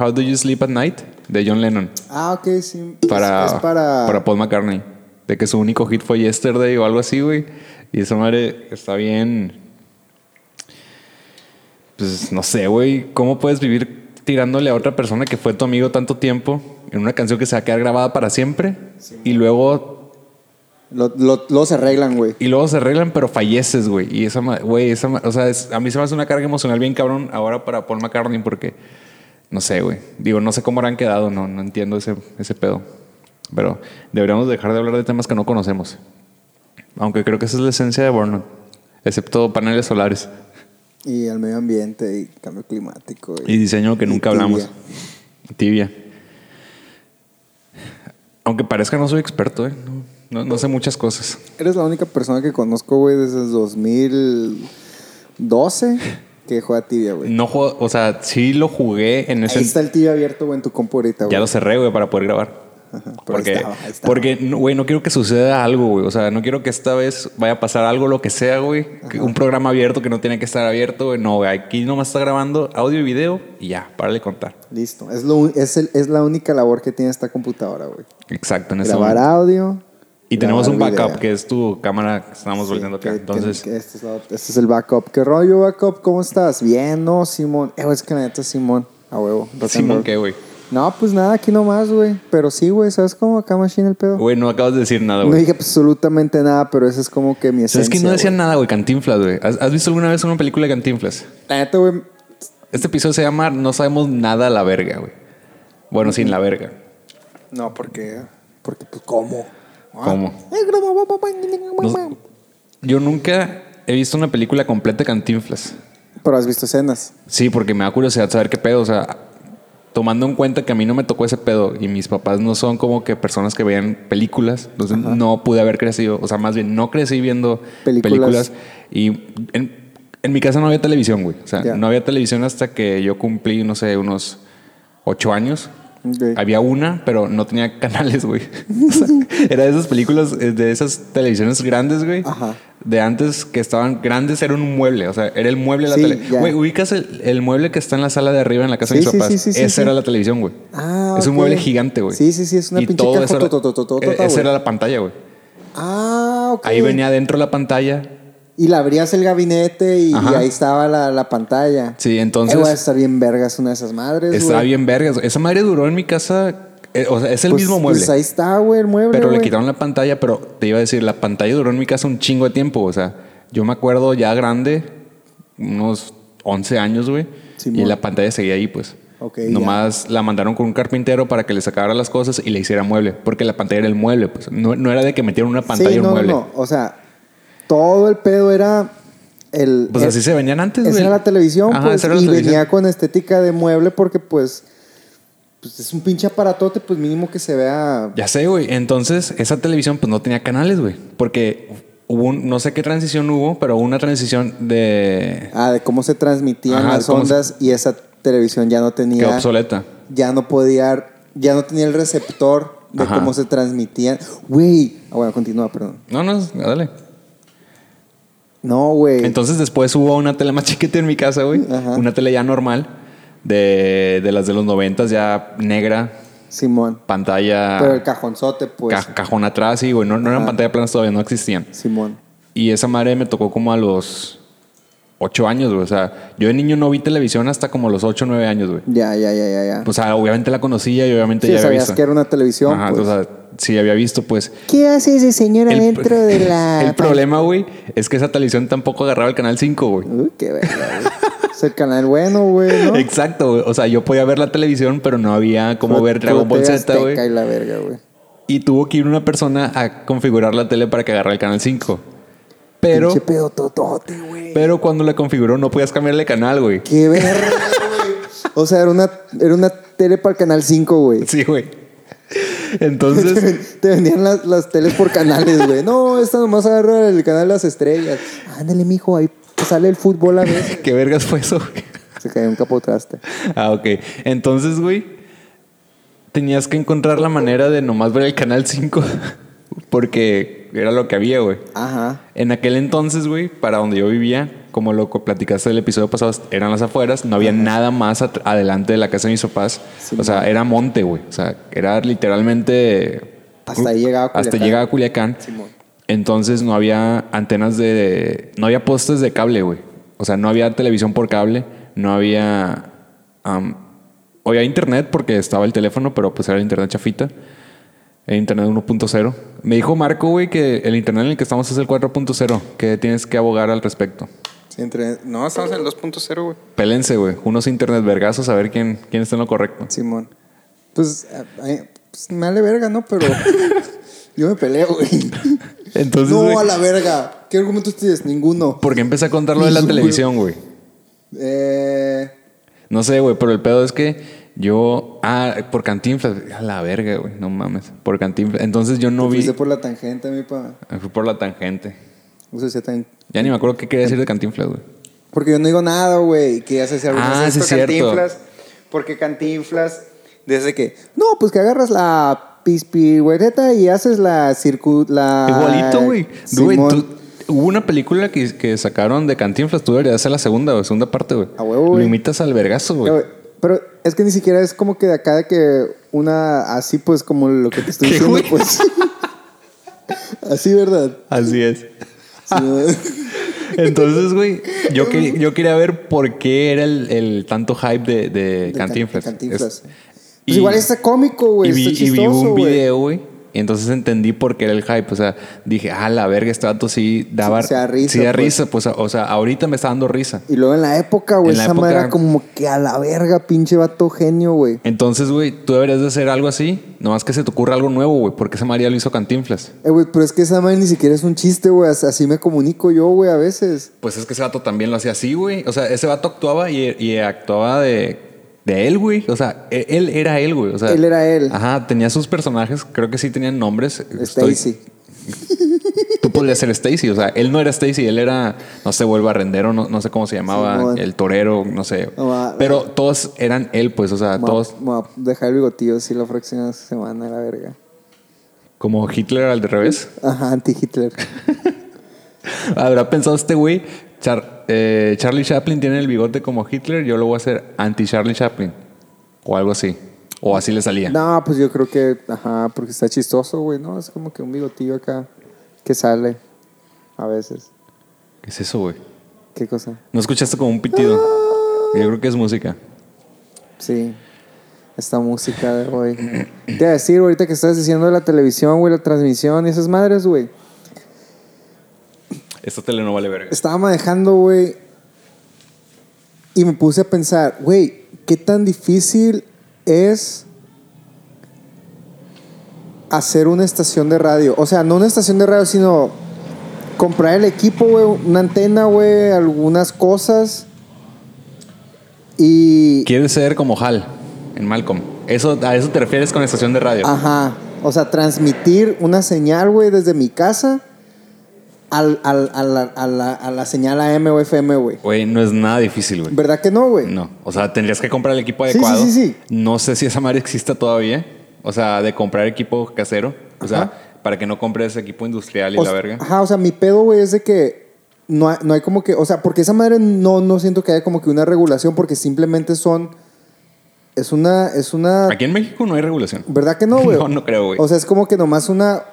A: How Do You Sleep at Night de John Lennon
B: Ah, ok, sí. Es-
A: para,
B: Es, para.
A: para Paul McCartney. De que su único hit fue Yesterday o algo así, güey. Y esa madre está bien. Pues no sé, güey. ¿Cómo puedes vivir tirándole a otra persona que fue tu amigo tanto tiempo en una canción que se va a quedar grabada para siempre? y luego.
B: Lo- lo- lo se arreglan, güey.
A: Y luego se arreglan, pero falleces, güey. Y esa ma- güey, esa ma- o sea, es- a mí se me hace una carga emocional bien cabrón ahora para Paul McCartney porque no sé, güey. Digo, no sé cómo habrán quedado, no, no entiendo ese, ese pedo. Pero deberíamos dejar de hablar de temas que no conocemos. Aunque creo que esa es la esencia de Burnout. Excepto paneles solares
B: Y al medio ambiente y cambio climático.
A: y diseño que
B: y
A: nunca
B: tibia.
A: hablamos. Tibia. Aunque parezca, no soy experto, ¿eh? No- no- no sé muchas cosas.
B: Eres la única persona que conozco, güey, desde el 2012 que juega tibia, güey.
A: No juego, o sea, sí lo jugué en ese.
B: Ahí está el tibia abierto, güey, en tu compu ahorita, güey.
A: Ya lo cerré, güey, para poder grabar.
B: Ajá, pero ahí
A: Porque,
B: estaba, ahí estaba.
A: porque, no, güey, no quiero que suceda algo, güey. O sea, no quiero que esta vez vaya a pasar algo, lo que sea, güey. Que Un programa abierto que no tiene que estar abierto, güey. No, güey, aquí nomás está grabando audio y video y ya, para de contar.
B: Listo. Es, lo, un- es, el- es la única labor que tiene esta computadora, güey.
A: Exacto, en ese
B: Grabar
A: momento.
B: audio.
A: Y tenemos un
B: grabar
A: backup,
B: video.
A: que es tu cámara que estamos
B: Sí,
A: volviendo acá.
B: que- que-
A: Entonces,
B: que este, es la- este es el backup. ¿Qué rollo, backup? ¿Cómo estás? Bien, no, Simón. Eh, güey, es que la neta, Simón. A huevo. rock and
A: Pues Simón,
B: roll.
A: ¿qué, güey?
B: No, pues nada, aquí nomás, güey. Pero sí, güey, ¿sabes cómo acá Machine el pedo?
A: Güey, no acabas de decir nada,
B: no
A: güey.
B: dije absolutamente nada, pero eso es como que mi esencia.
A: ¿Sabes que no decían
B: güey.
A: nada, güey? Cantinflas, güey. ¿Has, has visto alguna vez una película de Cantinflas?
B: La neta, güey,
A: Este episodio se llama No sabemos nada a la verga, güey. Bueno, sin la verga.
B: no, porque... Porque, pues, ¿cómo? Ah.
A: ¿Cómo? No- yo nunca he visto una película completa de Cantinflas.
B: Pero has visto escenas.
A: Sí, porque me da curiosidad saber qué pedo. O sea, tomando en cuenta que a mí no me tocó ese pedo y mis papás no son como que personas que vean películas, entonces no pude haber crecido. O sea, más bien no crecí viendo películas.
B: Películas.
A: y en, en mi casa no había televisión, güey. O sea,
B: Ya.
A: no había televisión hasta que yo cumplí, no sé, unos ocho años.
B: Ok.
A: Había una, pero no tenía canales, güey. O sea, era de esas películas, eh, de esas televisiones grandes, güey.
B: Ajá.
A: De antes que estaban grandes, era un mueble. O sea, era el mueble de la
B: Sí,
A: tele.
B: ya.
A: Güey, ubicas el, el mueble que está en la sala de arriba en la casa de
B: Sí,
A: mis
B: sí,
A: papás.
B: sí, sí, sí,
A: Esa
B: sí.
A: era la televisión, güey.
B: Ah,
A: es un
B: ok.
A: mueble gigante, güey.
B: Sí, sí, sí, es una
A: Y
B: pinche
A: todo
B: caja
A: eso era-
B: tototototota,
A: eh, Esa
B: güey.
A: era la pantalla, güey.
B: Ah, ok.
A: Ahí venía dentro la pantalla
B: Y la abrías el gabinete y, y
A: Ajá.
B: ahí estaba la, la pantalla.
A: Sí,
B: Eh,
A: entonces
B: güey, está bien vergas una de esas madres,
A: está
B: güey.
A: bien vergas. Esa madre duró en mi casa, eh, o sea, es el
B: Pues-
A: mismo mueble.
B: Pues ahí está, güey, el mueble,
A: Pero le
B: güey.
A: quitaron la pantalla, pero te iba a decir, la pantalla duró en mi casa un chingo de tiempo. O sea, yo me acuerdo ya grande, unos 11 años, güey.
B: Simón.
A: Y la pantalla seguía ahí, pues.
B: Ok,
A: Nomás la mandaron con un carpintero para que le sacara las cosas y le hiciera mueble. Porque la pantalla era el mueble, pues. No, no era de que metieron una pantalla
B: sí,
A: en
B: no,
A: un mueble.
B: no, no. O sea, todo el pedo era el...
A: Pues
B: el-
A: así se venían antes,
B: Esa
A: güey.
B: era la televisión,
A: Ajá,
B: pues,
A: esa era la
B: y
A: televisión.
B: venía con estética de mueble porque, pues, pues es un pinche aparatote, pues mínimo que se vea...
A: Ya sé, güey. Entonces, esa televisión, pues no tenía canales, güey. Porque hubo un, no sé qué transición hubo, pero hubo una transición de.
B: Ah, de cómo se transmitían
A: Ajá,
B: las
A: cómo se-
B: ondas y esa televisión ya no
A: que
B: tenía...
A: obsoleta.
B: Ya no podía... Ya no tenía el receptor de
A: Ajá.
B: cómo se transmitían. Güey. Ah, bueno, continúa, perdón.
A: No, no, dale.
B: No, güey.
A: Entonces después hubo una tele más chiquita en mi casa, güey.
B: Ajá.
A: Una tele ya normal, de, de las de los noventas, ya negra,
B: Simón.
A: pantalla,
B: Pero el cajonzote, pues.
A: ca- cajón atrás, y güey, no, no eran
B: Ajá.
A: pantallas planas todavía, no existían.
B: Simón.
A: Y esa madre me tocó como a los ocho años, güey. O sea, yo de niño no vi televisión hasta como los ocho, nueve años, güey.
B: Ya, ya, ya, ya, ya.
A: O sea, obviamente la conocía y obviamente
B: sí,
A: ya Pues, había
B: sabías
A: visto.
B: que era una televisión,
A: Ajá,
B: pues.
A: o sea, sí había visto, pues.
B: ¿Qué hace ese señor
A: El-
B: adentro de la...
A: El problema, güey, es que esa televisión tampoco agarraba el canal 5, güey.
B: Uy, qué verga, güey. es el canal bueno, güey, ¿no?
A: Exacto, güey. O sea, yo podía ver la televisión, pero no había cómo
B: Pro-
A: ver Dragon Ball
B: Protea
A: Z, güey.
B: Azteca y la verga, güey.
A: Y tuvo que ir una persona a configurar la tele para que agarrara el canal 5. Pero,
B: Pinche pedo totote, güey.
A: pero cuando la configuró no podías cambiarle canal, güey.
B: Qué verga, güey. O sea, era una, era una tele para el canal 5, güey.
A: Sí, güey.
B: Te
A: Entonces,
B: ven- Te vendían las, las teles por canales, güey. No, esta nomás agarra el canal de las estrellas. Ándale, mijo, ahí sale el fútbol a veces.
A: ¿qué vergas fue eso, güey?
B: Se cayó un capotraste.
A: Ah, ok. Entonces, güey, tenías que encontrar la manera de nomás ver el canal 5 porque era lo que había, güey.
B: Ajá.
A: En aquel entonces, güey, para donde yo vivía, como lo co- platicaste el episodio pasado, eran las afueras, no había nada más at- adelante de la casa de mis papás.
B: Sí,
A: o sea, era monte, güey. O sea, era literalmente.
B: Hasta ahí llegaba
A: Hasta
B: Culiacán.
A: llegaba Culiacán.
B: Simón.
A: Entonces no había antenas de. No había postes de cable, güey. O sea, no había televisión por cable, no había. am, había internet porque estaba el teléfono, pero pues era el internet chafita. El internet 1.0. Me dijo Marco, güey, que el internet en el que estamos es el 4.0, que tienes que abogar al respecto.
B: Sí, entre- No, estamos en el 2.0, güey.
A: Pélense, güey. Unos internet vergazos a ver quién, quién está en lo correcto.
B: Simón. Pues, a- a- pues, me vale verga, ¿no? Pero yo me peleo, güey.
A: Entonces,
B: no,
A: güey,
B: a la verga. ¿Qué argumentos tienes? Ninguno.
A: ¿por qué empecé a contar lo de la
B: Güey.
A: televisión, güey?
B: Eh,
A: No sé, güey, pero el pedo es que yo. Ah, por Cantinflas. A la verga, güey. No mames. Por Cantinflas. Entonces yo no vi.
B: fuiste por la tangente, mi pa.
A: Fui por la tangente.
B: O sea, sí, también-
A: Ya ni me acuerdo qué quería decir de Cantinflas, güey.
B: Porque yo no digo nada, güey. Que ya se hace algo
A: Ah,
B: así,
A: sí,
B: esto,
A: es cierto.
B: Cantinflas. Porque Cantinflas, desde que. No, pues que agarras la pispigüereta y haces la circu. La...
A: Igualito, güey. Güey,
B: Simón.
A: tú- hubo una película que, que sacaron de Cantinflas. Tú deberías hacer la segunda, güey. Segunda parte, güey.
B: A huevo, güey.
A: Lo imitas al vergazo, güey.
B: Pero, pero es que ni siquiera es como que de acá de que una así pues como lo que te estoy
A: ¿Qué,
B: diciendo
A: güey?
B: pues. así, ¿verdad?
A: Así es.
B: Sí, ¿verdad?
A: Entonces, güey, yo, que- yo quería ver por qué era el, el tanto hype de, de
B: De can-
A: Cantinflas.
B: Cantinflas.
A: Es-
B: Pues igual está cómico, güey.
A: Y vi,
B: Está
A: y vi
B: chistoso,
A: un
B: güey.
A: video, güey. Y entonces entendí por qué era el hype. O sea, dije, ah, la verga, este vato sí daba.
B: Sí, sí da risa,
A: sí da
B: pues.
A: risa. Pues, o sea, ahorita me está dando risa.
B: Y luego en la época, güey,
A: En la
B: esa madre
A: época-
B: era como que a la verga, pinche vato genio, güey.
A: Entonces, güey, tú deberías de hacer algo así. Nomás que se te ocurra algo nuevo, güey. Porque esa María lo hizo Cantinflas.
B: Eh, güey, pero es que esa madre ni siquiera es un chiste, güey. As- Así me comunico yo, güey, a veces.
A: Pues es que ese vato también lo hacía así, güey. O sea, ese vato actuaba y, y actuaba de, de él, güey. O sea, e- él era él, güey. O sea,
B: Él era él.
A: Ajá, tenía sus personajes. Creo que sí tenían nombres. Estoy-
B: Stacy.
A: Tú podrías ser Stacy, o sea, él no era Stacy, él era, no sé, vuelva rendero, no, no sé cómo se llamaba,
B: Simón.
A: el torero, no sé.
B: No, va,
A: Pero todos eran él, pues, o sea,
B: Me voy
A: todos
B: a- me voy a dejar el bigotillo así la próxima semana, a la verga.
A: como Hitler al de revés.
B: Ajá, anti-Hitler.
A: Habrá pensado este güey, Char- eh, Charlie Chaplin tiene el bigote como Hitler, yo lo voy a hacer anti-Charlie Chaplin o algo así. O así le salía.
B: No, pues yo creo que, ajá, porque está chistoso, güey, ¿no? Es como que un bigotillo acá que sale a veces.
A: ¿Qué es eso, güey?
B: ¿Qué cosa?
A: ¿No escuchaste como un pitido?
B: Ah.
A: Yo creo que es música.
B: Sí. Esta música de hoy. Te iba a decir, ahorita que estás diciendo de la televisión, güey, la transmisión y esas madres, güey.
A: Esta tele no vale verga.
B: Estaba manejando, güey. Y me puse a pensar, güey, ¿qué tan difícil es hacer una estación de radio? O sea, no una estación de radio, sino comprar el equipo, güey, una antena, güey, algunas cosas. Y...
A: Quiere ser como Hal en Malcolm. Eso, a eso te refieres con estación de
B: Ah,
A: radio.
B: Ajá. O sea, transmitir una señal, güey, desde mi casa al, al- a, la, a la- a la señal AM o FM, güey.
A: Güey, no es nada difícil, güey.
B: ¿Verdad que no, güey?
A: No. O sea, tendrías que comprar el equipo
B: Sí, sí,
A: adecuado.
B: sí, sí.
A: No sé si esa madre exista todavía. O sea, de comprar equipo casero. O sea, para que no compres equipo industrial y
B: O
A: la
B: s-
A: verga.
B: Ajá, o sea, mi pedo, güey, es de que no hay, no hay como que. O sea, porque esa madre no, no siento que haya como que una regulación, porque simplemente son. Es una. Es una.
A: Aquí en México no hay regulación.
B: ¿Verdad que no, güey?
A: No, no creo, güey.
B: O sea, es como que nomás una.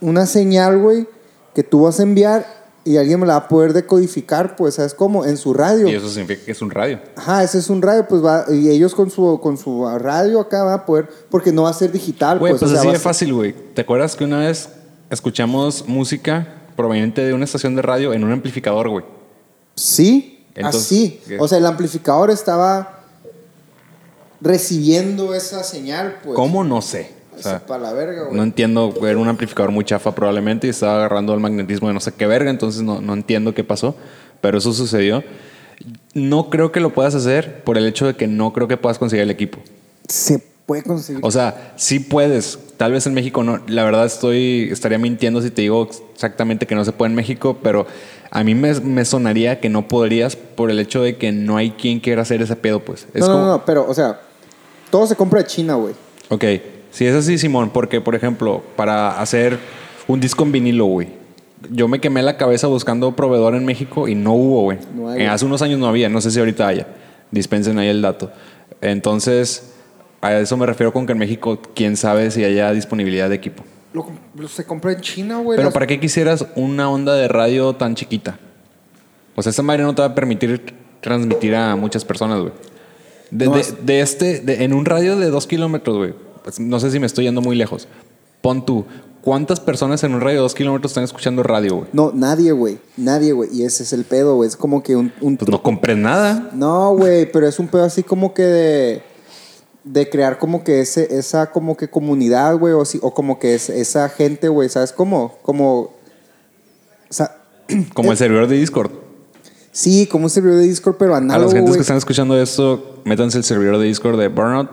B: Una señal, güey, que tú vas a enviar y alguien me la va a poder decodificar, pues, ¿sabes cómo? En su radio.
A: Y eso significa que es un radio.
B: Ajá, ese es un radio, pues va, y ellos con su, con su radio acá van a poder, porque no va a ser digital,
A: Güey, pues,
B: pues, o sea,
A: así
B: va
A: de
B: a ser-
A: fácil, güey. ¿Te acuerdas que una vez escuchamos música proveniente de una estación de radio en un amplificador, güey?
B: Sí,
A: Entonces,
B: así.
A: ¿qué?
B: O sea, el amplificador estaba recibiendo esa señal, pues.
A: ¿Cómo? No sé. O sea,
B: Para la verga, güey.
A: no entiendo. güey, Era un amplificador muy chafa probablemente y estaba agarrando el magnetismo de no sé qué verga. Entonces no, no entiendo qué pasó. Pero eso sucedió. No creo que lo puedas hacer por el hecho de que no creo que puedas conseguir el equipo.
B: Se puede conseguir.
A: O sea, sí puedes. Tal vez en México no. La verdad estoy estaría mintiendo si te digo exactamente que no se puede en México, pero a mí me, me sonaría que no podrías por el hecho de que no hay quien quiera hacer ese pedo, pues. Es
B: no,
A: como,
B: no, no, pero, o sea, todo se compra de China, güey.
A: Ok, si es así, Simón, porque por ejemplo, para hacer un disco en vinilo, güey. Yo me quemé la cabeza buscando proveedor en México y no hubo, güey.
B: No
A: Eh,
B: hay, güey.
A: hace unos años no había, no sé si ahorita haya. Dispensen ahí el dato. Entonces, a eso me refiero con que en México, quién sabe si haya disponibilidad de equipo.
B: Lo com- lo- se compra en China, güey.
A: Pero
B: las-
A: ¿para qué quisieras una onda de radio tan chiquita? O sea, esta madre no te va a permitir transmitir a muchas personas, güey. De,
B: No,
A: de-
B: es-
A: de este, de- en un radio de dos kilómetros, güey. Pues, no sé si me estoy yendo muy lejos. Pon tú, ¿cuántas personas en un radio de dos kilómetros están escuchando radio, güey?
B: No, nadie, güey. Nadie, güey. Y ese es el pedo, güey. Es como que un, un
A: Pues no compres nada.
B: No, güey, pero es un pedo así como que de, de crear como que ese, esa como que comunidad, güey, o, si- o como que es, esa gente, güey, ¿sabes cómo? Como, o sea,
A: Como el servidor de Discord.
B: sí, como un servidor de Discord, pero
A: a las
B: análogo,
A: gentes que
B: güey.
A: están escuchando esto, métanse el servidor de Discord de Burnout.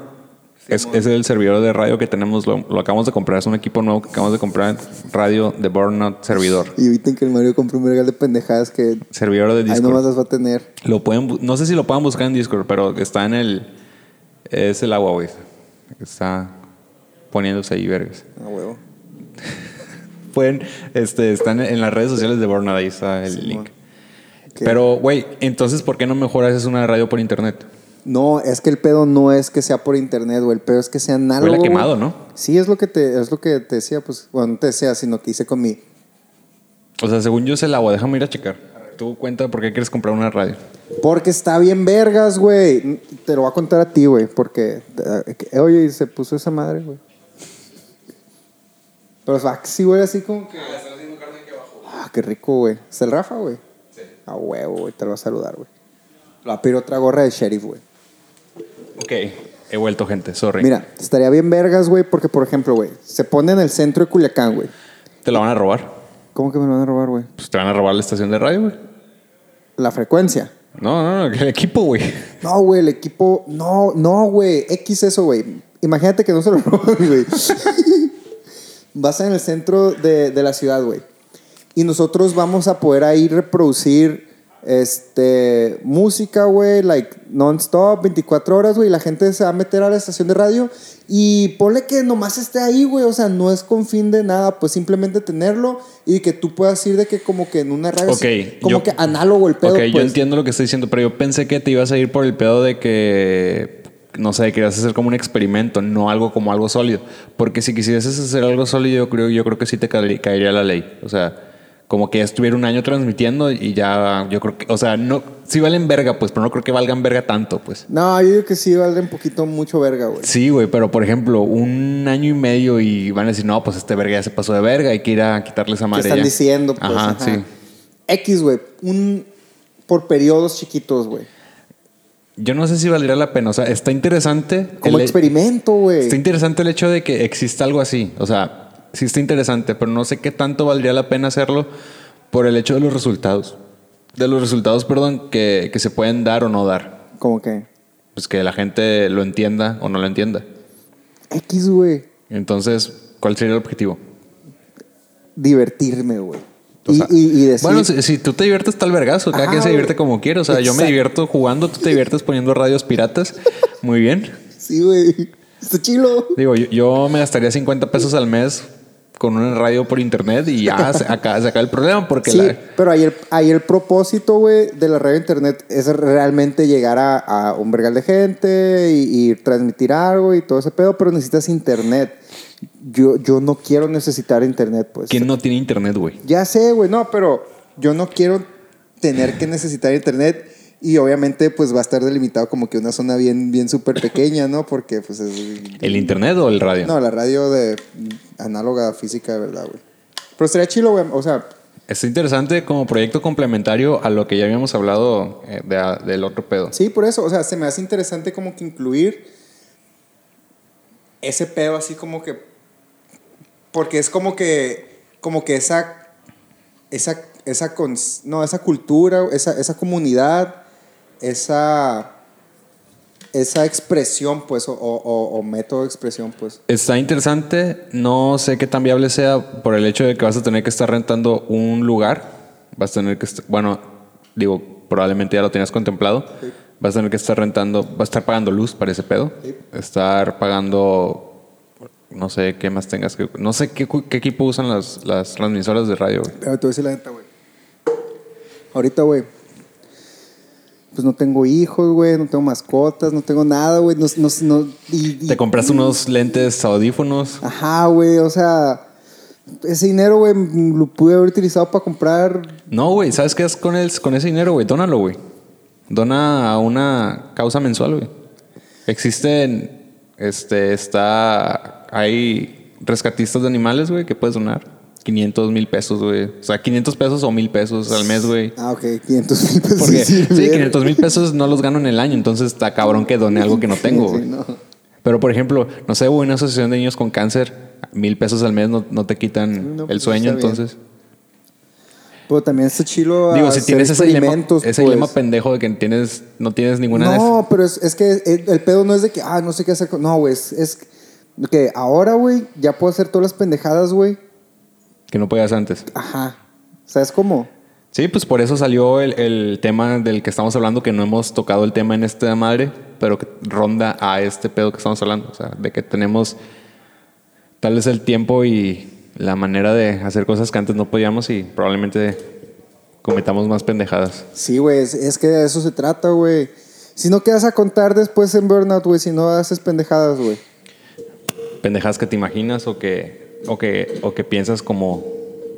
A: Es, es el servidor de radio que tenemos, lo, lo acabamos de comprar. Es un equipo nuevo que acabamos de comprar. Radio de Burnout Servidor.
B: Y eviten que el Mario compre un regal de pendejadas que
A: Servidor de
B: ahí
A: Discord.
B: nomás las va a tener.
A: Lo pueden, bu- no sé si lo puedan buscar en Discord, pero está en el. Es el agua, güey. Está poniéndose ahí, vergas.
B: Ah, huevo.
A: Pueden, este, están en las redes sociales de Burnout, ahí está el link.
B: Que-
A: Pero, güey, entonces, ¿por qué no mejor haces una radio por internet?
B: No, es que el pedo no es que sea por internet, güey. El pedo es que sea análogo.
A: Huele a
B: güey.
A: quemado, ¿no?
B: Sí, es lo que te, es lo que te decía, pues, bueno, no te decía, sino que hice con mi
A: O sea, según yo es el agua, déjame ir a checar. Tú cuenta por qué quieres comprar una radio.
B: Porque está bien vergas, güey. Te lo voy a contar a ti, güey. Porque, eh, que- oye, y se puso esa madre, güey. Pero o sea, sí, güey, así como que... Ah, qué rico, güey. ¿Es el Rafa, güey? Sí. A huevo, güey. Te lo va a saludar, güey. Le va a pedir otra gorra de sheriff, güey.
A: Ok, he vuelto, gente, sorry.
B: Mira, estaría bien vergas, güey, porque, por ejemplo, güey, se pone en el centro de Culiacán, güey.
A: ¿Te la van a robar?
B: ¿Cómo que me lo van a robar, güey?
A: Pues te van a robar la estación de radio, güey.
B: La frecuencia.
A: No, no, no, el equipo, güey.
B: No, güey, el equipo. No, no, güey. X eso, güey. Imagínate que no se lo roban, güey. Vas en el centro de, de la ciudad, güey. Y nosotros vamos a poder ahí reproducir este, música, güey, like non-stop, 24 horas, güey. La gente se va a meter a la estación de radio y ponle que nomás esté ahí, güey. O sea, no es con fin de nada, pues simplemente tenerlo y que tú puedas ir de que como que en una radio.
A: Ok,
B: como
A: yo-
B: que análogo el pedo.
A: ok, yo
B: pues.
A: entiendo lo que estoy diciendo, pero yo pensé que te ibas a ir por el pedo de que, no sé, querías hacer como un experimento, no algo como algo sólido. Porque si quisieras hacer algo sólido, yo creo, yo creo que sí te cali- caería la ley. O sea, como que ya estuviera un año transmitiendo y ya yo creo que, o sea, no, sí valen verga, pues, pero no creo que valgan verga tanto, pues.
B: No, yo digo que sí vale un poquito mucho verga, güey.
A: Sí, güey, pero por ejemplo, un año y medio y van a decir, no, pues este verga ya se pasó de verga, hay que ir a quitarle esa
B: que
A: madre.
B: están
A: ya".
B: diciendo, pues.
A: Ajá,
B: ajá.
A: sí.
B: X, güey. Un. Por periodos chiquitos, güey.
A: Yo no sé si valdría la pena, o sea, está interesante.
B: Como
A: el- e-
B: experimento, güey.
A: Está interesante el hecho de que exista algo así. O sea, sí está interesante, pero no sé qué tanto valdría la pena hacerlo por el hecho de los resultados. De los resultados, perdón, que, que se pueden dar o no dar.
B: Como que.
A: Pues que la gente lo entienda o no lo entienda.
B: X, güey.
A: Entonces, ¿cuál sería el objetivo?
B: Divertirme, güey.
A: O
B: Y,
A: sea,
B: y, y decir.
A: Bueno, si, si tú te diviertes tal vergazo, cada
B: Ajá,
A: quien se divierte
B: güey.
A: como quiere. O sea, yo me
B: Exacto.
A: divierto jugando, tú te diviertes poniendo radios piratas. Muy bien.
B: Sí, güey. Está chilo.
A: Digo, yo, yo me gastaría 50 pesos al mes con una radio por internet y ya se acaba, se acaba el problema porque
B: Sí,
A: la-
B: pero ahí el, ahí el propósito, güey, de la radio internet es realmente llegar a, a un vergal de gente y, y transmitir algo y todo ese pedo, pero necesitas internet. Yo, yo no quiero necesitar internet, pues.
A: ¿Quién no tiene internet, güey?
B: Ya sé, güey, no, pero yo no quiero tener que necesitar internet y obviamente pues va a estar delimitado como que una zona bien, bien súper pequeña, ¿no? Porque pues es...
A: ¿El internet o el radio?
B: No, la radio de análoga física, de verdad, güey. Pero sería chilo, güey, o sea...
A: Está interesante como proyecto complementario a lo que ya habíamos hablado eh, de- del otro pedo.
B: Sí, por eso, o sea, se me hace interesante como que incluir ese pedo así como que porque es como que como que esa esa esa cons- no, esa cultura, esa esa comunidad, esa esa expresión pues o, o- o- o método de expresión pues.
A: Está interesante, no sé qué tan viable sea por el hecho de que vas a tener que estar rentando un lugar, vas a tener que, est- bueno, digo, probablemente ya lo tenías contemplado, vas a tener que estar rentando, vas a estar pagando luz para ese pedo,
B: Sí.
A: estar pagando, no sé qué más tengas que, no sé qué, cu- qué equipo usan las, las transmisoras de radio, güey.
B: Pero te voy a decir la neta, güey. Ahorita, güey. Pues no tengo hijos, güey, no tengo mascotas, no tengo nada, güey. No, no, no- y- y-
A: Te compraste unos lentes audífonos.
B: Ajá, güey, o sea, ese dinero, güey, m- lo pude haber utilizado para comprar.
A: No, güey, ¿sabes qué haces con, el, con ese dinero, güey? Dónalo, güey. Dona a una causa mensual, güey. Existen, este, está, hay rescatistas de animales, güey, que puedes donar. 500 mil pesos, güey. O sea, 500 pesos o mil pesos al mes, güey.
B: Ah, ok, 500 mil pesos.
A: Porque sí,
B: güey.
A: 500 mil pesos no los gano en el año, entonces está cabrón que done algo que no tengo,
B: Sí,
A: güey.
B: no.
A: Pero, por ejemplo, no sé, güey, una asociación de niños con cáncer, mil pesos al mes no, no te quitan
B: No,
A: el
B: pues,
A: sueño,
B: está bien.
A: entonces.
B: Pero también está chilo.
A: Digo,
B: hacer
A: si tienes ese dilema,
B: experimentos,
A: ese
B: pues.
A: dilema pendejo de que tienes, no tienes ninguna de esas.
B: No, pero es, es que el, el pedo no es de que, ah, no sé qué hacer con. No, güey, es, es que ahora, güey, ya puedo hacer todas las pendejadas, güey.
A: que no podías antes.
B: Ajá. ¿Sabes cómo?
A: Sí, pues por eso salió el, el tema del que estamos hablando, que no hemos tocado el tema en esta madre, pero que ronda a este pedo que estamos hablando. O sea, de que tenemos tal vez el tiempo y la manera de hacer cosas que antes no podíamos y probablemente cometamos más pendejadas.
B: Sí, güey, es, es que de eso se trata, güey. Si no quedas a contar después en Burnout, güey, si no haces pendejadas, güey.
A: Pendejadas que te imaginas o que, o que, o que piensas como,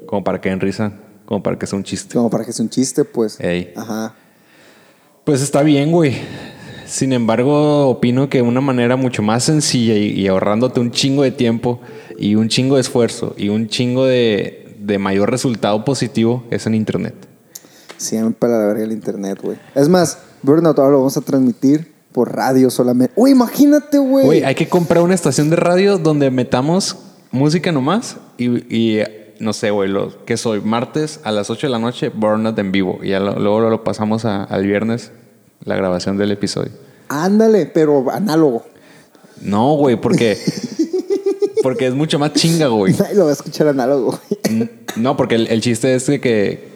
A: como para que en risa, como para que sea un chiste.
B: Como para que sea un chiste, pues.
A: Ey.
B: Ajá.
A: Pues está bien, güey. Sin embargo, opino que una manera mucho más sencilla y, y ahorrándote un chingo de tiempo y un chingo de esfuerzo y un chingo de, de mayor resultado positivo es en internet.
B: Siempre a la verga el internet, güey. Es más, Burnout ahora lo vamos a transmitir por radio solamente. Uy, imagínate,
A: Güey,
B: güey.
A: hay que comprar una estación de radio donde metamos música nomás y, y, no sé, güey, lo que soy martes a las 8 de la noche, Burnout en vivo. Y ya lo- luego lo pasamos a- al viernes, la grabación del episodio.
B: Ándale, pero análogo.
A: No, güey, porque, porque es mucho más chinga, güey.
B: Nadie lo va a escuchar análogo, güey.
A: Mm, No, porque el, el chiste es de que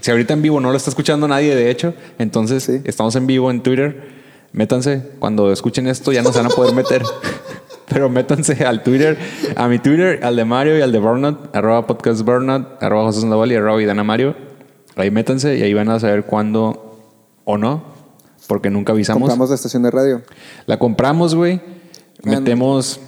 A: si ahorita en vivo no lo está escuchando nadie, de hecho, entonces
B: Sí.
A: estamos en vivo en Twitter. Métanse, cuando escuchen esto ya no se van a poder meter. Pero métanse al Twitter, a mi Twitter, al de Mario y al de Burnout, arroba podcast Burnout, arroba José Sandoval y arroba Vidana Mario. Ahí métanse y ahí van a saber cuándo o no, porque nunca avisamos.
B: Compramos la estación de radio.
A: La compramos, güey.
B: Man.
A: Metemos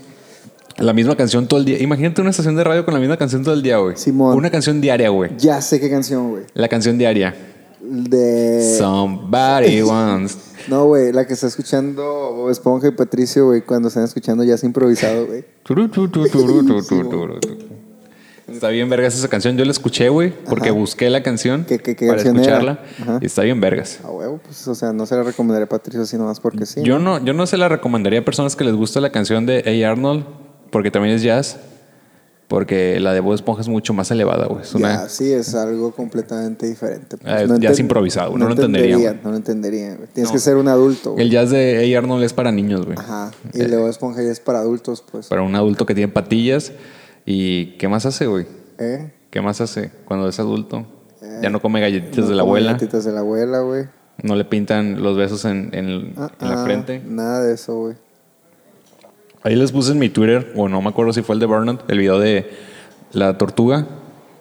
A: la misma canción todo el día. Imagínate una estación de radio con la misma canción todo el día, güey.
B: Simón.
A: Una canción diaria, güey.
B: Ya sé qué canción, güey.
A: La canción diaria.
B: De.
A: Somebody once.
B: No, güey, la que está escuchando Bob Esponja y Patricio, güey, cuando están escuchando ya es improvisado, güey.
A: Turu, tu, tu, turu, tu, tu, turu, tu. Está bien vergas esa canción. Yo la escuché, güey, porque busqué la canción
B: ¿Qué- qué- qué
A: para
B: canción era?
A: escucharla.
B: Ajá.
A: Y está bien vergas.
B: A huevo, pues, o sea, no se la recomendaré a Patricio así nomás porque sí.
A: Yo no, yo no se la recomendaría a personas que les gusta la canción de Hey Arnold, porque también es jazz. Porque la de Bob Esponja es mucho más elevada, güey. Es
B: Ya,
A: una-
B: sí, es algo completamente diferente.
A: Ah, es- ya es improvisado, no lo entendería,
B: entenderían, No lo entenderían, güey. Tienes que ser un adulto, güey.
A: El jazz de Hey Arnold es para niños, güey.
B: Ajá. Y el de Bob Esponja ya es para adultos, pues.
A: Para un adulto que tiene patillas. ¿Y qué más hace, güey?
B: ¿Eh?
A: ¿Qué más hace cuando es adulto? Ya no come galletitas de la
B: Como
A: abuela.
B: Eh, galletitas de la abuela, güey.
A: No le pintan los besos en, en-
B: Ah,
A: en la
B: ah,
A: frente.
B: Nada de eso, güey.
A: Ahí les puse en mi Twitter, o no me acuerdo si fue el de Burnout, el video de la tortuga.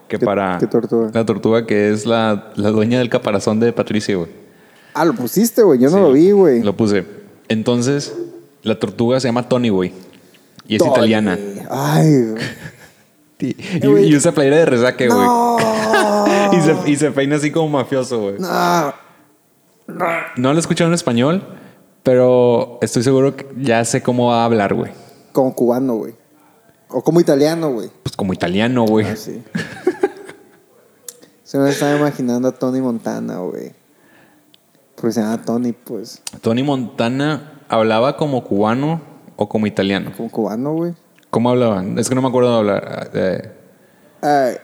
A: Que
B: ¿Qué-
A: para.
B: qué tortuga?
A: La tortuga que es la, la dueña del caparazón de Patricio, güey.
B: Ah, lo pusiste, güey. Yo no lo vi, güey.
A: Lo puse. Entonces, la tortuga se llama Tony, güey. Y es
B: Tony.
A: italiana.
B: Ay, güey.
A: Y, y-
B: Eh, güey.
A: y usa playera de resaque, güey.
B: No.
A: Y, se, y se peina así como mafioso, güey.
B: No.
A: No lo he escuchado en español, pero estoy seguro que ya sé cómo va a hablar, güey.
B: Como cubano, güey. O como italiano, güey.
A: Pues como italiano, güey.
B: Así. se me estaba imaginando a Tony Montana, güey. Porque se llama Tony, pues.
A: Tony Montana hablaba como cubano o como italiano.
B: Como cubano, güey.
A: ¿Cómo hablaban? Es que no me acuerdo de hablar. eh,
B: Ay.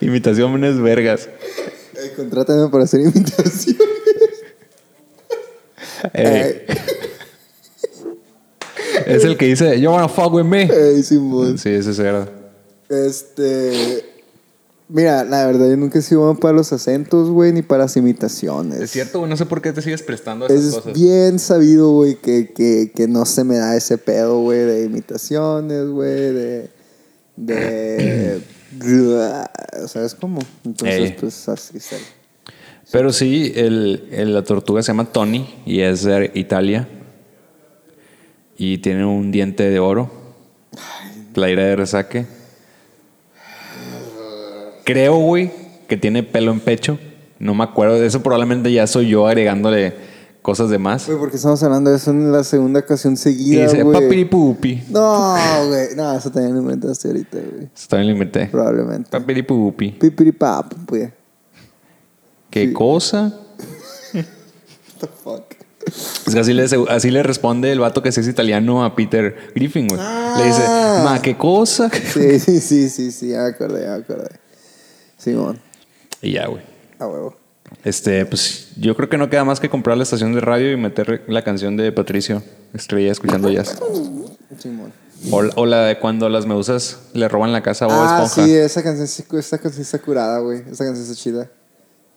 A: imitaciones vergas.
B: Ay, contrátame para hacer imitación.
A: Eh, es el que dice, you wanna fuck with me.
B: Ay, Simón.
A: Sí, ese era.
B: Este. Mira, la verdad, yo nunca he sido bueno para los acentos, güey, ni para las imitaciones.
A: Es cierto, güey. No sé por qué te sigues prestando a esas
B: Es
A: cosas.
B: bien sabido, güey, que, que, que no se me da ese pedo, güey, de imitaciones, güey, de... de ¿Sabes cómo? Entonces,
A: Ey.
B: pues así sale.
A: Pero sí, el, el- la tortuga se llama Tony y es de Italia. Y tiene un diente de oro. Playera de resaque. Creo, güey, que tiene pelo en pecho. No me acuerdo. Eso probablemente ya soy yo agregándole cosas de más.
B: Güey, porque estamos hablando de eso en la segunda ocasión
A: Y
B: seguida,
A: dice, papi
B: güey.
A: pupi.
B: No, güey. No, eso también lo inventaste ahorita, güey.
A: Eso también lo inventé.
B: Probablemente.
A: Papiripupi.
B: Pipiripap, pues. güey.
A: ¿Qué cosa?
B: What the fuck?
A: Es que así le, así le responde el vato que se es italiano a Peter Griffin, güey. Le dice,
B: Ah.
A: ma, ¿qué cosa?
B: Sí, sí, sí, sí, sí, ya me acordé, ya me acordé. Simón,
A: Y ya, güey.
B: a huevo.
A: Este, pues yo creo que no queda más que comprar la estación de radio y meter la canción de Patricio Estrella escuchando jazz.
B: Simón.
A: O, o la de cuando las medusas le roban la casa a Bob
B: Ah,
A: Esponja.
B: sí, esa canción, sí- esa canción está curada, güey. Esa canción está chida.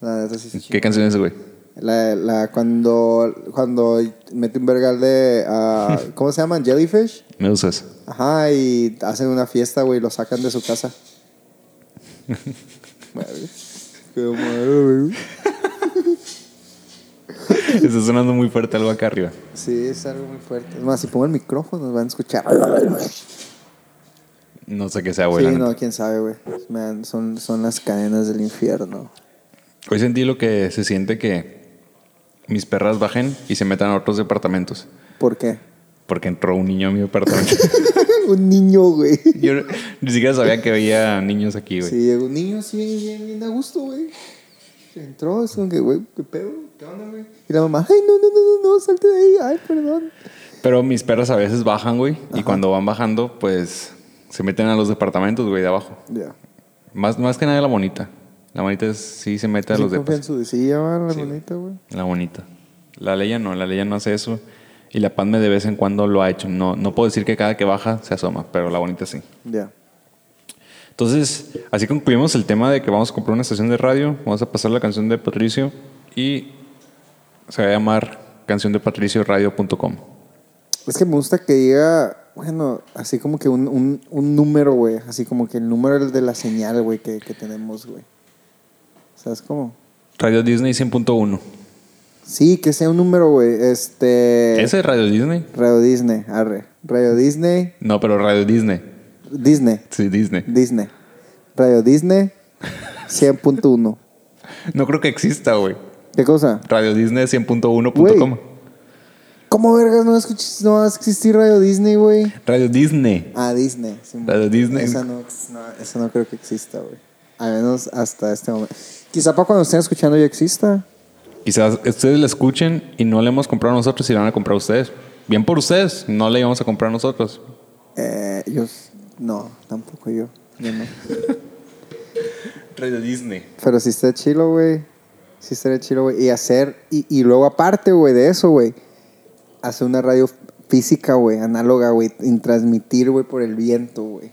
B: La neta sí está chida.
A: ¿Qué canción es, güey?
B: La, la, cuando, cuando mete un vergal de. ah, ¿Cómo se llaman? Jellyfish.
A: Medusas.
B: Ajá, y hacen una fiesta, güey, y lo sacan de su casa. Madre. Qué malo, güey.
A: Está sonando muy fuerte algo acá arriba.
B: Sí, es algo muy fuerte. Es más, si pongo el micrófono, nos van a escuchar.
A: No sé qué sea,
B: Sí,
A: güey. la neta.
B: no, quién sabe, güey. Man, Son, son las cadenas del infierno.
A: Hoy sentí lo que se siente que mis perras bajen y se metan a otros departamentos.
B: ¿Por qué?
A: Porque entró un niño a mi departamento.
B: un niño, güey.
A: yo no- ni siquiera sabía que había niños aquí, güey.
B: Sí, llegó un niño así bien, bien, bien a gusto, güey. Entró, es como que, güey, qué pedo, qué onda, güey. Y la mamá, ay, no, no, no, no, no, salte de ahí, ay, perdón.
A: Pero mis perras a veces bajan, güey. Y cuando van bajando, pues se meten a los departamentos, güey, de abajo.
B: Ya.
A: Más, más que nada la bonita. La bonita es- sí se mete a los
B: Sí, confía en
A: depas.
B: su sí, ya va la bonita, güey.
A: La bonita. La Leia no, la Leia no hace eso. Y la Padme de vez en cuando lo ha hecho. No, no puedo decir que cada que baja se asoma, pero la bonita sí.
B: Ya.
A: Entonces, así concluimos el tema de que vamos a comprar una estación de radio. Vamos a pasar la canción de Patricio y se va a llamar canción de patricioradio.com.
B: Es que me gusta que diga, bueno, así como que un, un, un número, güey. Así como que el número de la señal, güey, que, que tenemos, güey. ¿Sabes cómo?
A: Radio Disney 100.1.
B: Sí, que sea un número, güey. Este.
A: ¿Ese es Radio Disney?
B: Radio Disney, arre. Radio Disney,
A: No, pero Radio Disney.
B: Disney,
A: Sí, Disney.
B: Disney. Radio Disney 100.1.
A: No creo que exista, güey.
B: ¿Qué cosa?
A: Radio Disney 100.1.com.
B: Güey. ¿Cómo vergas no escuchas? No va a existir Radio Disney, güey.
A: Radio Disney.
B: Ah, Disney. sí,
A: La de Disney.
B: Esa no, ex- no, esa no creo que exista, güey. Al menos hasta este momento. Quizá para cuando estén escuchando ya exista.
A: Quizás ustedes la escuchen y no la hemos comprado nosotros y la van a comprar ustedes. Bien por ustedes, no la íbamos a comprar nosotros.
B: Eh, yo. s- No, tampoco yo. Yo no.
A: Radio Disney.
B: Pero sí está chilo, güey. Sí estaría chilo, güey. Y hacer. Y, y luego, aparte, güey, de eso, güey. Hacer una radio f- física, güey. Análoga, güey. Y transmitir, güey, por el viento, güey.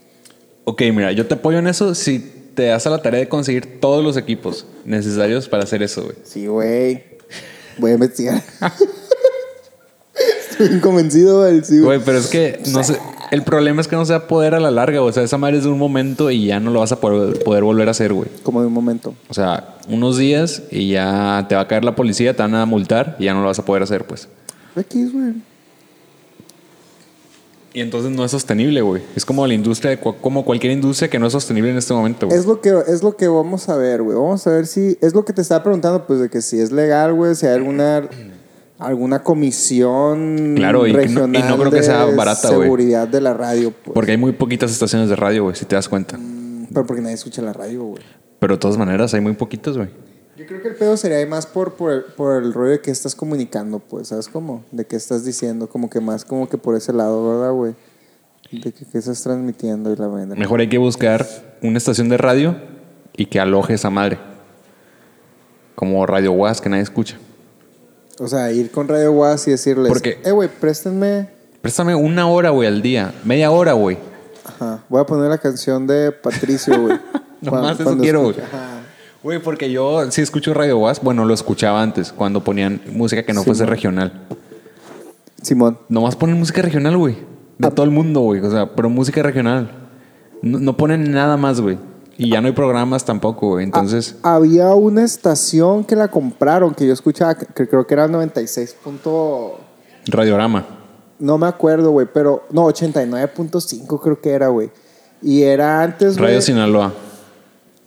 A: Ok, mira, yo te apoyo en eso si te das a la tarea de conseguir todos los equipos necesarios para hacer eso, güey.
B: Sí, güey. Voy a investigar. Estoy bien convencido, güey. Sí, güey.
A: Güey, pero es que no sé. El problema es que no se va a poder a la larga, güey. O sea, esa madre es de un momento y ya no lo vas a poder, poder volver a hacer, güey.
B: Como de un momento.
A: O sea, unos días y ya te va a caer la policía, te van a multar y ya no lo vas a poder hacer, pues.
B: Aquí es, güey.
A: Y entonces no es sostenible, güey. Es como la industria, de cua- como cualquier industria que no es sostenible en este momento, güey.
B: Es lo que es lo que vamos a ver, güey. Vamos a ver si es lo que te estaba preguntando, pues de que si es legal, güey, si hay alguna alguna comisión
A: Claro, y que no- y no
B: regional
A: creo que
B: de
A: sea barata, güey.
B: seguridad de la radio, pues. Mm,
A: Porque hay muy poquitas estaciones de radio, güey, si te das cuenta.
B: pero porque nadie escucha la radio, güey.
A: Pero de todas maneras hay muy poquitas, güey.
B: Yo creo que el pedo sería más por, por, el, por el rollo de que estás comunicando, pues, ¿sabes cómo? De qué estás diciendo, como que más como que por ese lado, ¿verdad, güey? De que, que estás transmitiendo y la venda.
A: Mejor hay que buscar una estación de radio y que aloje esa madre. Como Radio Was, que nadie escucha.
B: O sea, ir con Radio Guas y decirles,
A: Porque-
B: eh, güey, préstenme
A: Préstame una hora, güey, al día. Media hora, güey.
B: Ajá. Voy a poner la canción de Patricio, güey. Cuan-
A: Nomás eso
B: cuando
A: quiero, güey.
B: escuche- Ajá.
A: Güey, porque yo sí escucho Radio Was. Bueno, lo escuchaba antes, cuando ponían música que no
B: Sí,
A: fuese
B: man.
A: regional.
B: Simón.
A: Nomás ponen música regional, güey.
B: Ah.
A: De todo el mundo, güey. O sea, pero música regional. No, no ponen nada más, güey. Y ya no hay programas tampoco, güey. Entonces,
B: Ha- había una estación que la compraron que yo escuchaba, que- que creo que era 96. punto-
A: Radiorama.
B: No me acuerdo, güey, pero. No, 89.5 creo que era, güey. Y era antes, Pues, güey.
A: Radio Sinaloa.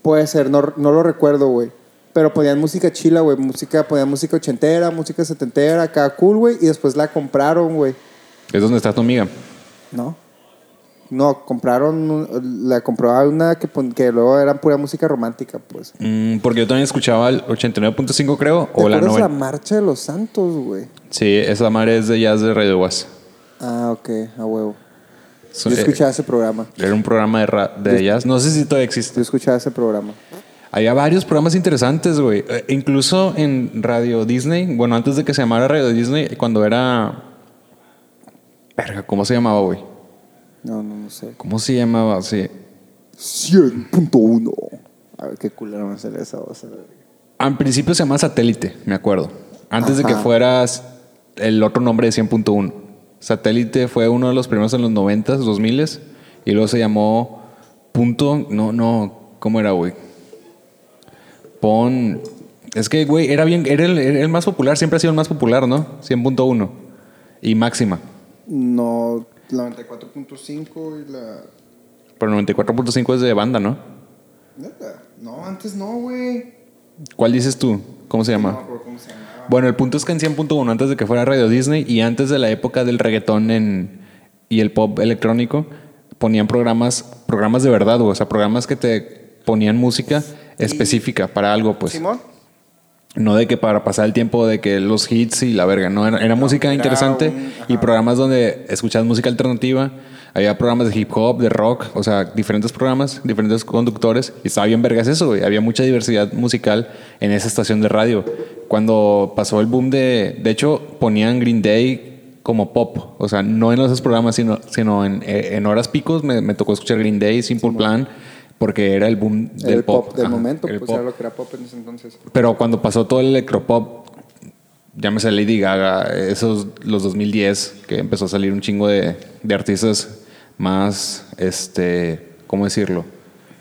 B: Puede ser, no, no lo recuerdo, güey. Pero ponían música chila, güey. Música, ponían música ochentera, música setentera, acá cool, güey. Y después la compraron, güey.
A: Es donde está tu amiga.
B: No. No, compraron, un- la compró a una que, pon- que luego era pura música romántica, pues.
A: Mm, porque yo también escuchaba el 89.5, creo.
B: ¿Te
A: O la
B: acuerdas
A: 90.
B: la marcha de los santos, güey?
A: Sí, esa madre es de jazz de Radio Was.
B: Ah, ok, a huevo.
A: Son-
B: Yo escuchaba ese programa.
A: Era un programa de, ra- de jazz. No sé si todavía existe.
B: Yo escuchaba ese programa.
A: Había varios programas interesantes, güey. Eh, incluso en Radio Disney, bueno, antes de que se llamara Radio Disney, cuando era. Verga, ¿cómo se llamaba, güey?
B: No, no, no sé.
A: ¿Cómo se llamaba? Sí.
B: 100.1. A ver, qué culero va a ser esa voz. a la verga.
A: Al principio se llamaba Satélite, me acuerdo. Antes de que
B: Ajá.
A: fueras el otro nombre de 100.1. Satélite fue uno de los primeros en los 90s, 2000 y luego se llamó punto, no, no, ¿cómo era, güey? Pon Es que, güey, era bien, era el, era el más popular, siempre ha sido el más popular, ¿no? 100.1 y máxima.
B: No, la 94.5 y la...
A: Pero 94.5 es de banda, ¿no?
B: Neta. No, antes no, güey.
A: ¿Cuál dices tú? ¿Cómo se llama?
B: No me acuerdo cómo se llamaba.
A: Bueno, el punto es que en 100.1, antes de que fuera Radio Disney y antes de la época del reggaetón en- y el pop electrónico, ponían programas, programas de verdad, güey. o sea, programas que te ponían música específica para algo, pues.
B: ¿Simón?
A: No de que para pasar el tiempo de que los hits y la verga, no, era, era música
B: era
A: interesante
B: un- ajá.
A: y programas donde escuchabas música alternativa, había programas de hip hop, de rock, o sea, diferentes programas, diferentes conductores y estaba bien vergas eso, güey. había mucha diversidad musical en esa estación de radio. Cuando pasó el boom de, de hecho, ponían Green Day como pop, o sea, no en esos programas, sino, sino en, eh, en horas picos me, me tocó escuchar Green Day, Simple Plan, porque era el boom
B: Era
A: del
B: el pop, del
A: ajá,
B: momento,
A: el
B: pues
A: pop.
B: era lo que era pop en ese entonces.
A: Pero cuando pasó todo el electropop, llámese Lady Gaga, esos los 2010, que empezó a salir un chingo de, de artistas más, este, ¿cómo decirlo?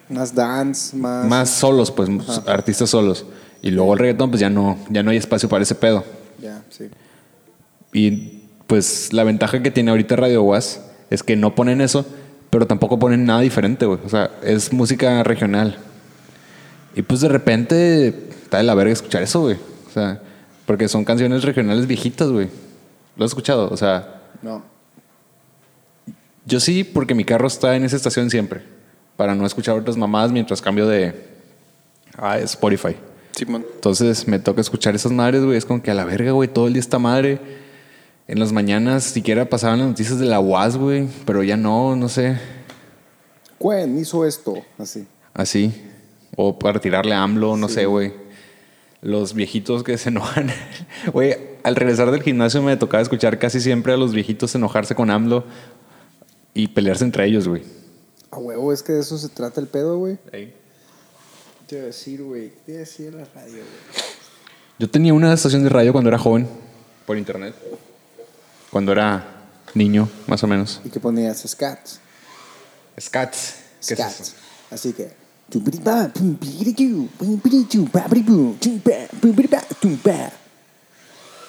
B: Más dance, más...
A: Más solos, pues, artistas solos. Y luego el reggaetón, pues ya no, ya no hay espacio para ese pedo.
B: Ya, sí.
A: Y pues la ventaja que tiene ahorita Radio Guas es que no ponen eso, pero tampoco ponen nada diferente, güey. O sea, es música regional. Y pues de repente está de la verga escuchar eso, güey. O sea, porque son canciones regionales viejitas, güey. ¿Lo has escuchado? O sea,
B: No.
A: yo sí, porque mi carro está en esa estación siempre. Para no escuchar otras mamadas mientras cambio de a Spotify.
B: Simón.
A: Entonces me toca escuchar esas madres, güey. Es como que a la verga, güey, todo el día esta madre. En las mañanas siquiera pasaban las noticias de la UAS, güey. Pero ya no, no sé.
B: Cuen hizo esto, así.
A: Así. O para tirarle a AMLO, no sé, güey. Los viejitos que se enojan. Güey, al regresar del gimnasio me tocaba escuchar casi siempre a los viejitos enojarse con AMLO y pelearse entre ellos, güey.
B: A huevo, es que de eso se trata el pedo, güey. Te iba a decir, güey. Te iba a decir en la radio, güey.
A: Yo tenía una estación de radio cuando era joven. Por internet. Cuando era niño, más o menos.
B: Y que ponías scats.
A: Scats. ¿Qué es eso?
B: Scats. Así que. tupiripa, pum, pirichu, pum, pirichu, papripu, chumpa, pum, piripa, tumpa.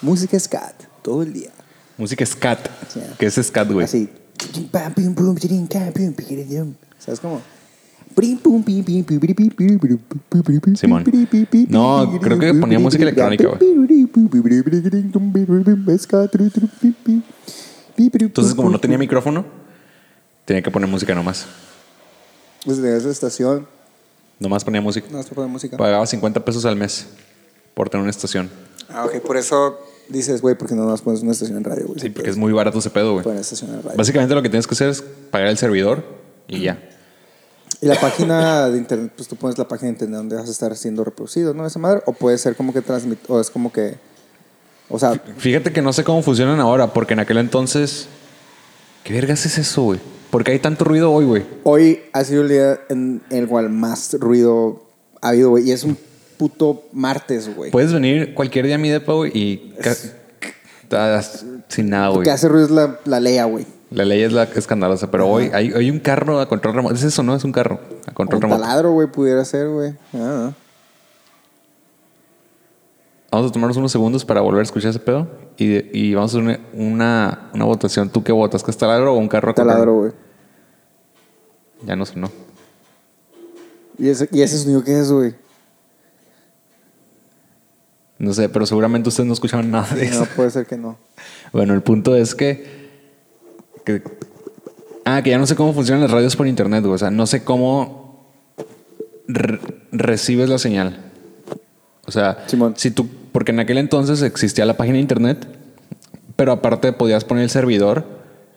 B: Música scat, todo el día.
A: Música scat.
B: Sí.
A: ¿Qué es scat, güey?
B: Así. Chimpa, pum, pum, chirin, ca, pum, pirichum. ¿Sabes cómo? Prim, pum, pim, pim, pim, pim, pim, pim, pim, pim, pim, pim,
A: Simón.
B: pim, pim, pim, pim,
A: No,
B: pim,
A: creo que
B: pim,
A: ponía
B: pim,
A: música
B: pim, pim,
A: electrónica,
B: pim, pim, pim, pim, pim, pim, pum, pim, pim, pim, pim, ska, tru, tru, pim, pim, pim, pim,
A: Entonces,
B: pum,
A: como no
B: pum,
A: tenía micrófono, tenía que poner música nomás.
B: pum. Pues tenías la estación.
A: Nomás ponía música.
B: No, se pone música.
A: Pagaba 50 pesos al mes por tener una estación.
B: Ah, ok, por eso dices, güey, porque no nos pones una estación en radio, güey.
A: Sí, porque es muy barato ese pedo,
B: Poner
A: güey.
B: una estación en radio.
A: Básicamente lo que tienes que hacer es pagar el servidor y ya.
B: Y la página de internet, pues tú pones la página de internet donde vas a estar siendo reproducido, ¿no? Esa madre. O puede ser como que transmit, o es como que. O sea,
A: Fíjate que no sé cómo funcionan ahora, porque en aquel entonces... ¿Qué vergas es eso, güey? Porque hay tanto ruido hoy, güey.
B: Hoy ha sido el día en el cual más ruido ha habido, güey. Y es un puto martes, güey.
A: Puedes venir cualquier día a mi depa, güey, y... ca- estás sin nada, güey.
B: que hace ruido es la, la lea, güey.
A: La ley es la escandalosa, pero hoy hay, hay un carro a control remoto. Es eso, ¿no? Es un carro a
B: O Un
A: control remoto.
B: taladro, güey, pudiera ser, güey. Ah,
A: Vamos a tomarnos unos segundos para volver a escuchar ese pedo y, y vamos a hacer una, una, una votación. ¿Tú qué votas? ¿Que es taladro o un carro a control
B: taladro,
A: remoto?
B: güey.
A: Ya no sonó.
B: ¿Y ese, y ese sonido qué es, güey?
A: No sé, pero seguramente ustedes no escuchaban nada de eso.
B: No, puede ser que no.
A: Bueno, el punto es que, que- Ah, que ya no sé cómo funcionan las radios por internet, güey. O sea, no sé cómo re- recibes la señal. O sea,
B: Simón.
A: si tú... Porque en aquel entonces existía la página de internet, pero aparte podías poner el servidor,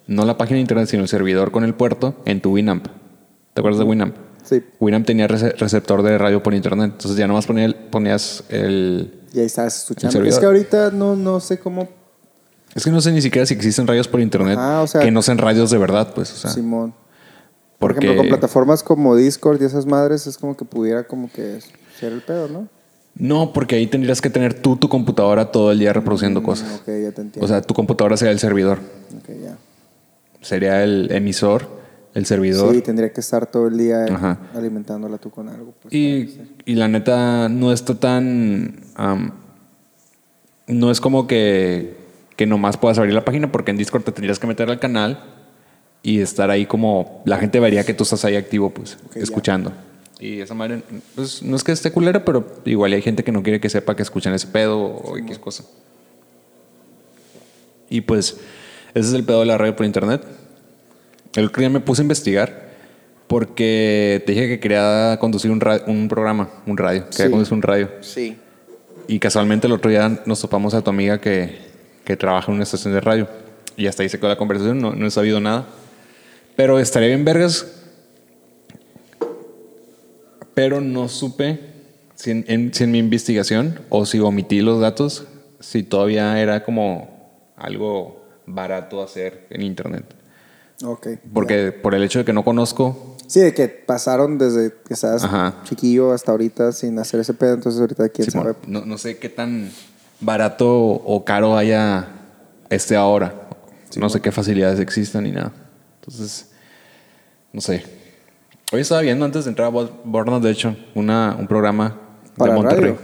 A: no la página de internet, sino el servidor con el puerto en tu Winamp. ¿Te acuerdas de Winamp?
B: Sí.
A: Winamp tenía rece- receptor de radio por internet, entonces ya nomás ponía el- ponías el...
B: Y ahí estabas escuchando.
A: El
B: Es que
A: servidor.
B: ahorita no, no sé cómo.
A: Es que no sé ni siquiera si existen radios por internet
B: Ajá, Ah, o sea-
A: que no sean radios de verdad, pues. O sea,
B: Simón. Por
A: porque
B: ejemplo, con plataformas como Discord y esas madres es como que pudiera como que ser el pedo, ¿no?
A: no, porque ahí tendrías que tener tú tu computadora todo el día reproduciendo
B: Mm,
A: cosas.
B: Ok, ya te entiendo.
A: O sea, tu computadora sería el servidor,
B: Ok, ya.
A: sería el emisor, el servidor.
B: Sí, tendría que estar todo el día eh,
A: Ajá.
B: alimentándola tú con algo. pues.
A: y, y la neta no está tan, am, no es como que que nomás puedas abrir la página porque en Discord te tendrías que meter al canal y estar ahí como la gente vería que tú estás ahí activo, pues,
B: ya.
A: escuchando. Y esa madre, pues, no es que esté culera, pero igual hay gente que no quiere que sepa que escuchan ese pedo o X cosa. Y pues, ese es el pedo de la radio por internet. El otro día me puse a investigar porque te dije que quería conducir un, ra- un programa, un radio. Quería
B: Sí.
A: conducir un radio.
B: Sí.
A: Y casualmente el otro día nos topamos a tu amiga que, que trabaja en una estación de radio. Y hasta ahí se quedó la conversación, no, no he sabido nada. Pero estaría bien vergas. Pero no supe si en, en- si en mi investigación o si omití los datos, si todavía era como algo barato hacer en internet.
B: Ok.
A: Porque por el hecho de que no conozco,
B: ya. Sí, de que pasaron desde que estabas
A: Ajá.
B: chiquillo hasta ahorita sin hacer ese pedo, entonces ahorita quién
A: Simón,
B: sabe.
A: no, no sé qué tan barato o caro haya este ahora. no sé qué facilidades existan ni nada. Entonces, no sé. Hoy estaba viendo antes de entrar a Bo- Bornos, de hecho, una, un programa
B: ¿Para
A: de Monterrey.
B: radio?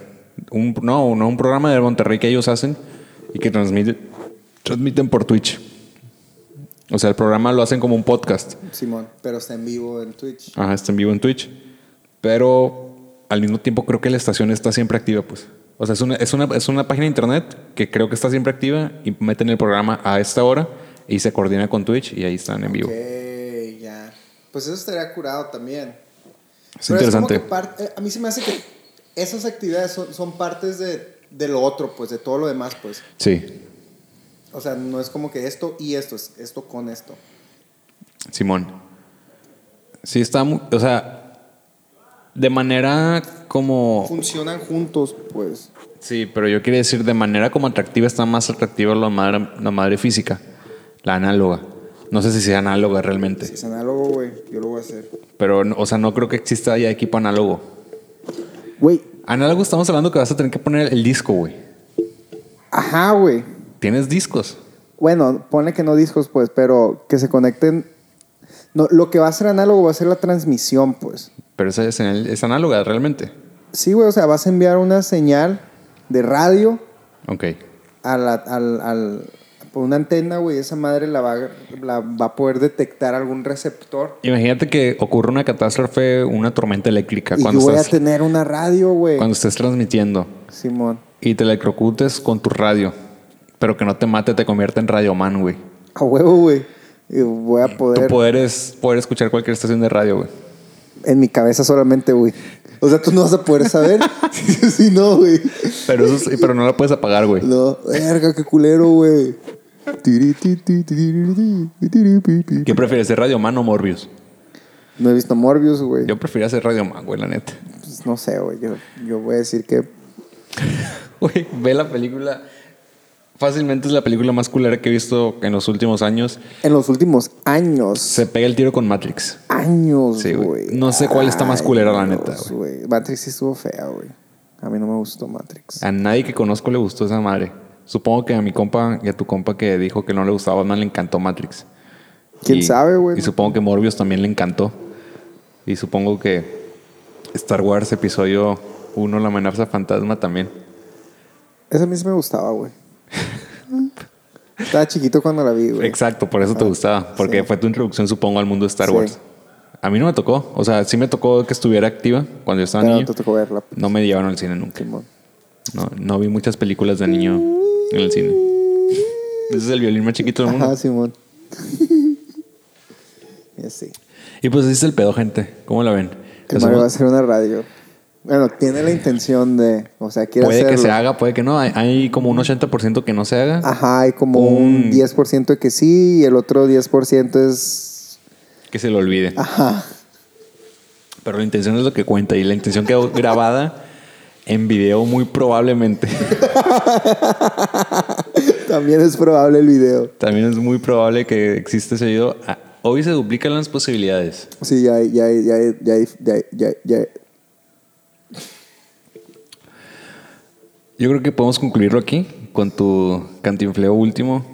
A: Un, no, no, un programa de Monterrey que ellos hacen y que transmite- transmiten por Twitch. O sea, el programa lo hacen como un podcast.
B: Simón, pero está en vivo en Twitch.
A: Ajá, está en vivo en Twitch. Pero al mismo tiempo creo que la estación está siempre activa, pues. O sea, es una, es una, es una página de internet que creo que está siempre activa y meten el programa a esta hora y se coordina con Twitch y ahí están en vivo.
B: Ok, ya. Pues eso estaría curado también.
A: Es
B: Pero como
A: interesante.
B: que par- eh, a mí se me hace que esas actividades son, son partes de, de lo otro, pues, de todo lo demás, pues.
A: Sí,
B: O sea, no es como que esto y esto, es esto con esto.
A: Simón. Sí, está muy. O sea, de manera como.
B: Funcionan juntos, pues.
A: Sí, pero yo quería decir, de manera como atractiva está más atractiva la madre, la madre física, la análoga. No sé si sea análoga realmente.
B: Es análogo, güey. Yo lo voy a hacer.
A: Pero, no- o sea, no creo que exista ya equipo análogo.
B: Güey.
A: Análogo estamos hablando que vas a tener que poner el disco, güey.
B: Ajá, güey.
A: Tienes discos.
B: Bueno, pone que no discos, pues, pero que se conecten. No, lo que va a ser análogo va a ser la transmisión, pues.
A: Pero esa es, en el- es análoga realmente.
B: Sí, güey, o sea, vas a enviar una señal de radio
A: Ok.
B: a la- al, al- por una antena, güey, esa madre la va, a- la va a poder detectar algún receptor.
A: Imagínate que ocurre una catástrofe, una tormenta eléctrica,
B: Y yo
A: cuando
B: voy a
A: estás,
B: tener una radio, güey.
A: cuando estés transmitiendo
B: Simón.
A: y te electrocutes con tu radio, pero que no te mate, te convierte en radioman, güey.
B: A huevo, güey. Y voy a
A: Tu
B: poder.
A: poder es poder escuchar cualquier estación de radio, güey.
B: En mi cabeza solamente, güey. O sea, tú no vas a poder saber si si no, güey.
A: Pero, eso sí- pero no la puedes apagar, güey.
B: No, verga, qué culero, güey. Tiri, ti, ti, tiri, ti, tiri, pi, pi.
A: ¿Qué prefieres, ser radioman o Morbius?
B: No he visto Morbius, güey.
A: Yo prefiero ser radioman, güey, la neta.
B: Pues, no sé, güey. Yo, yo voy a decir que.
A: Güey, ve la película. Fácilmente es la película más culera que he visto en los últimos años.
B: En los últimos años.
A: Se pega el tiro con Matrix.
B: Años,
A: Sí, güey.
B: güey.
A: No sé cuál está más culera, la neta,
B: Dios, güey. Matrix sí estuvo fea, güey. A mí no me gustó Matrix.
A: A nadie que conozco le gustó esa madre. Supongo que a mi compa y a tu compa que dijo que no le gustaba Batman le encantó Matrix.
B: ¿Quién
A: Y-
B: sabe, güey?
A: Y supongo que Morbius también le encantó. Y supongo que Star Wars episodio 1, la amenaza fantasma también.
B: Esa a mí sí me gustaba, güey. Estaba chiquito cuando la vi, güey.
A: Exacto, por eso te gustaba. Porque
B: Ah, sí.
A: fue tu introducción, supongo, al mundo de Star
B: Sí.
A: Wars. A mí no me tocó. O sea, sí me tocó que estuviera activa cuando yo estaba
B: Pero no
A: niño.
B: te tocó verla.
A: No me llevaron al cine nunca.
B: Simón.
A: No, no vi muchas películas de niño en el cine. Ese es el violín más chiquito del mundo.
B: Ajá, Simón. y así.
A: Y pues ese es el pedo, gente. ¿Cómo la ven?
B: El
A: Hacemos-
B: Mario va a hacer una radio. Bueno, tiene la intención de. O sea, quiere
A: puede que
B: hacerlo. Ah.
A: se haga, puede que no. Hay, hay como un 80% que no se haga.
B: Ajá, hay como un 10% de que sí y el otro 10% es.
A: Que se lo olvide.
B: Ajá.
A: Pero la intención es lo que cuenta. Y la intención quedó grabada en video muy probablemente.
B: También es probable el video.
A: También es muy probable que exista ese video. Ah, Hoy se duplican las posibilidades.
B: Sí, ya, hay- ya, hay- ya, hay- ya, hay- ya, hay- ya, hay- ya. hay-
A: Yo creo que podemos concluirlo aquí con tu cantinfleo último.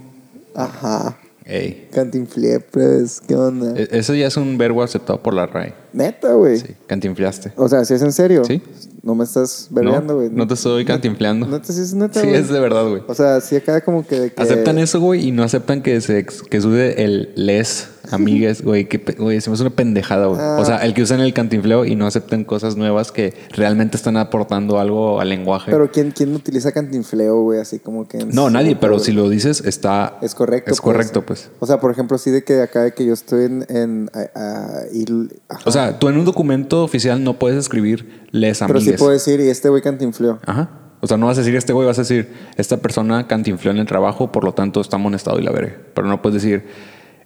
B: Ajá.
A: Ey.
B: Cantinfliepres, ¿qué onda?
A: E- Eso ya es un verbo aceptado por la RAE.
B: Neta, güey.
A: Sí, cantinfleaste.
B: O sea, si es en serio.
A: Sí.
B: No me estás
A: No,
B: verdeando, güey.
A: no te estoy cantinfleando.
B: Neta, sí es neta,
A: sí,
B: güey. Eh,
A: es de verdad, güey.
B: O sea, sí acá como que... de que-
A: Aceptan eso, güey, y no aceptan que se ex- que sube el les, amigues, güey, que pe- güey, se me hace una pendejada, güey. O
B: Ah.
A: sea, el que usan el cantinfleo y no aceptan cosas nuevas que realmente están aportando algo al lenguaje.
B: Pero ¿quién, ¿quién utiliza cantinfleo, güey? Así como que... en
A: no,
B: sí,
A: nadie, pero
B: güey.
A: si lo dices está
B: Es correcto.
A: Es correcto, pues.
B: O sea, por ejemplo, sí de que acá de que yo estoy en... en a- a- y- ah, ajá.
A: O sea, tú en un documento oficial no puedes escribir les
B: pero
A: amigues.
B: sí puedo decir, y este güey cantinfleo.
A: Ajá. O sea, no vas a decir este güey, vas a decir esta persona cantinfló en el trabajo, por lo tanto está amonestado y la veré. Pero no puedes decir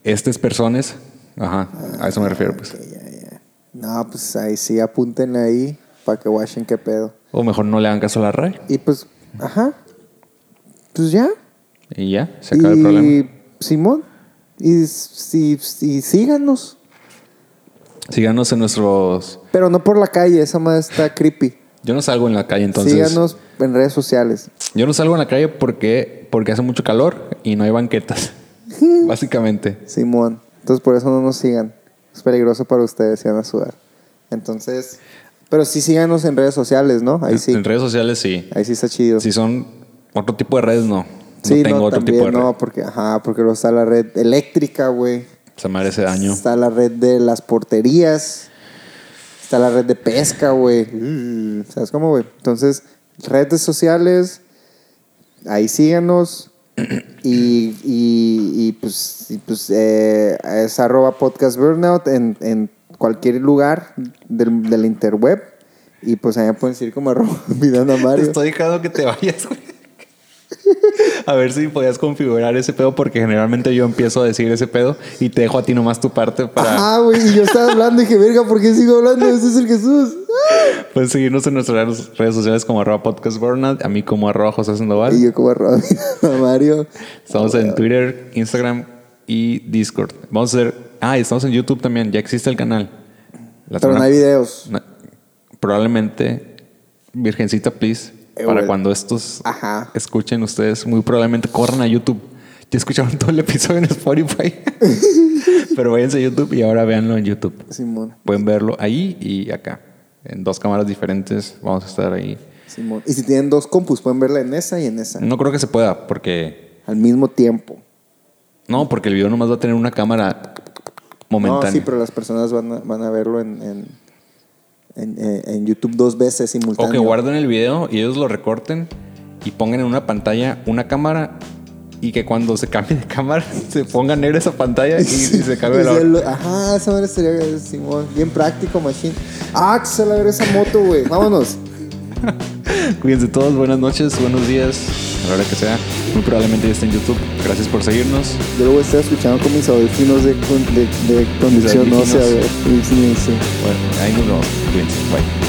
A: estas personas. Ajá, a eso me refiero, pues.
B: No, pues ahí sí, apunten ahí para que watchen qué pedo.
A: O mejor no le hagan caso a la RAE.
B: Y pues, ajá. Pues ya.
A: Y ya, se acaba el problema.
B: y Simón. Y, si y síganos.
A: Síganos en nuestros.
B: Pero no por la calle, esa madre está creepy.
A: Yo no salgo en la calle entonces.
B: síganos en redes sociales.
A: Yo no salgo en la calle porque, porque hace mucho calor y no hay banquetas. Básicamente.
B: Simón. Entonces por eso no nos sigan. Es peligroso para ustedes, se van a sudar. Entonces, pero sí síganos en redes sociales, ¿no? Ahí
A: En-
B: sí.
A: En redes sociales sí.
B: Ahí sí está chido.
A: Si son otro tipo de redes, no.
B: Sí,
A: no tengo otro
B: también,
A: tipo de red.
B: No, porque, ajá, porque luego está la red eléctrica, güey.
A: Esa madre hace daño.
B: Está la red de las porterías. Está la red de pesca, güey. Mm, ¿Sabes cómo, güey? Entonces, redes sociales, ahí síganos. Y, y, y, pues, y, pues, eh, es arroba podcast burnout en, en cualquier lugar del, de la interweb. Y pues allá pueden seguir como arroba mirando a Mario.
A: Estoy dejando que te vayas, güey. A ver si podías configurar ese pedo, porque generalmente yo empiezo a decir ese pedo y te dejo a ti nomás tu parte para
B: Ajá, Ah, güey. Y yo estaba hablando y dije, verga, ¿por qué sigo hablando? Ese es el Jesús.
A: Pueden pues, seguirnos en nuestras redes sociales como arroba podcast burnout, a mí como arroba José
B: Y
A: Sandoval.
B: yo como arroba mirando a Mario.
A: Estamos en Twitter, Instagram y Discord. Vamos a hacer... Ah, y estamos en YouTube también, ya existe el canal. La
B: Pero no
A: semana-
B: hay videos.
A: na- Probablemente, Virgencita, please,
B: Eh,
A: para
B: güey.
A: cuando estos
B: Ajá.
A: escuchen ustedes, muy probablemente corran a YouTube. Ya escucharon todo el episodio en Spotify. Pero váyanse a YouTube y ahora véanlo en YouTube.
B: Simón,
A: Pueden verlo ahí y acá. En dos cámaras diferentes vamos a estar ahí.
B: Simón. Y si tienen dos compus, pueden verla en esa y en esa.
A: No creo que se pueda porque...
B: Al mismo tiempo.
A: No, porque el video nomás va a tener una cámara momentánea.
B: No, sí, pero las personas van a, van a verlo en, en, en, eh, en YouTube dos veces
A: O que
B: simultáneo.
A: guarden el video y ellos lo recorten y pongan en una pantalla una cámara y que cuando se cambie de cámara se ponga negra esa pantalla y, y se cambie la
B: Y se
A: otra.
B: lo- Ajá, esa madre sería Simón. Bien práctico, machine. Ah, que se la verga esa moto, güey. Vámonos.
A: Cuídense todos, buenas noches, buenos días, a la hora que sea. Muy probablemente ya esté en YouTube. Gracias por seguirnos.
B: Yo lo voy a estar escuchando con mis audífonos de, con- de, de conducción
A: audífonos.
B: ósea, güey. Sí, sí, sí.
A: Bueno, ahí nos vemos. Cuídense. Bye.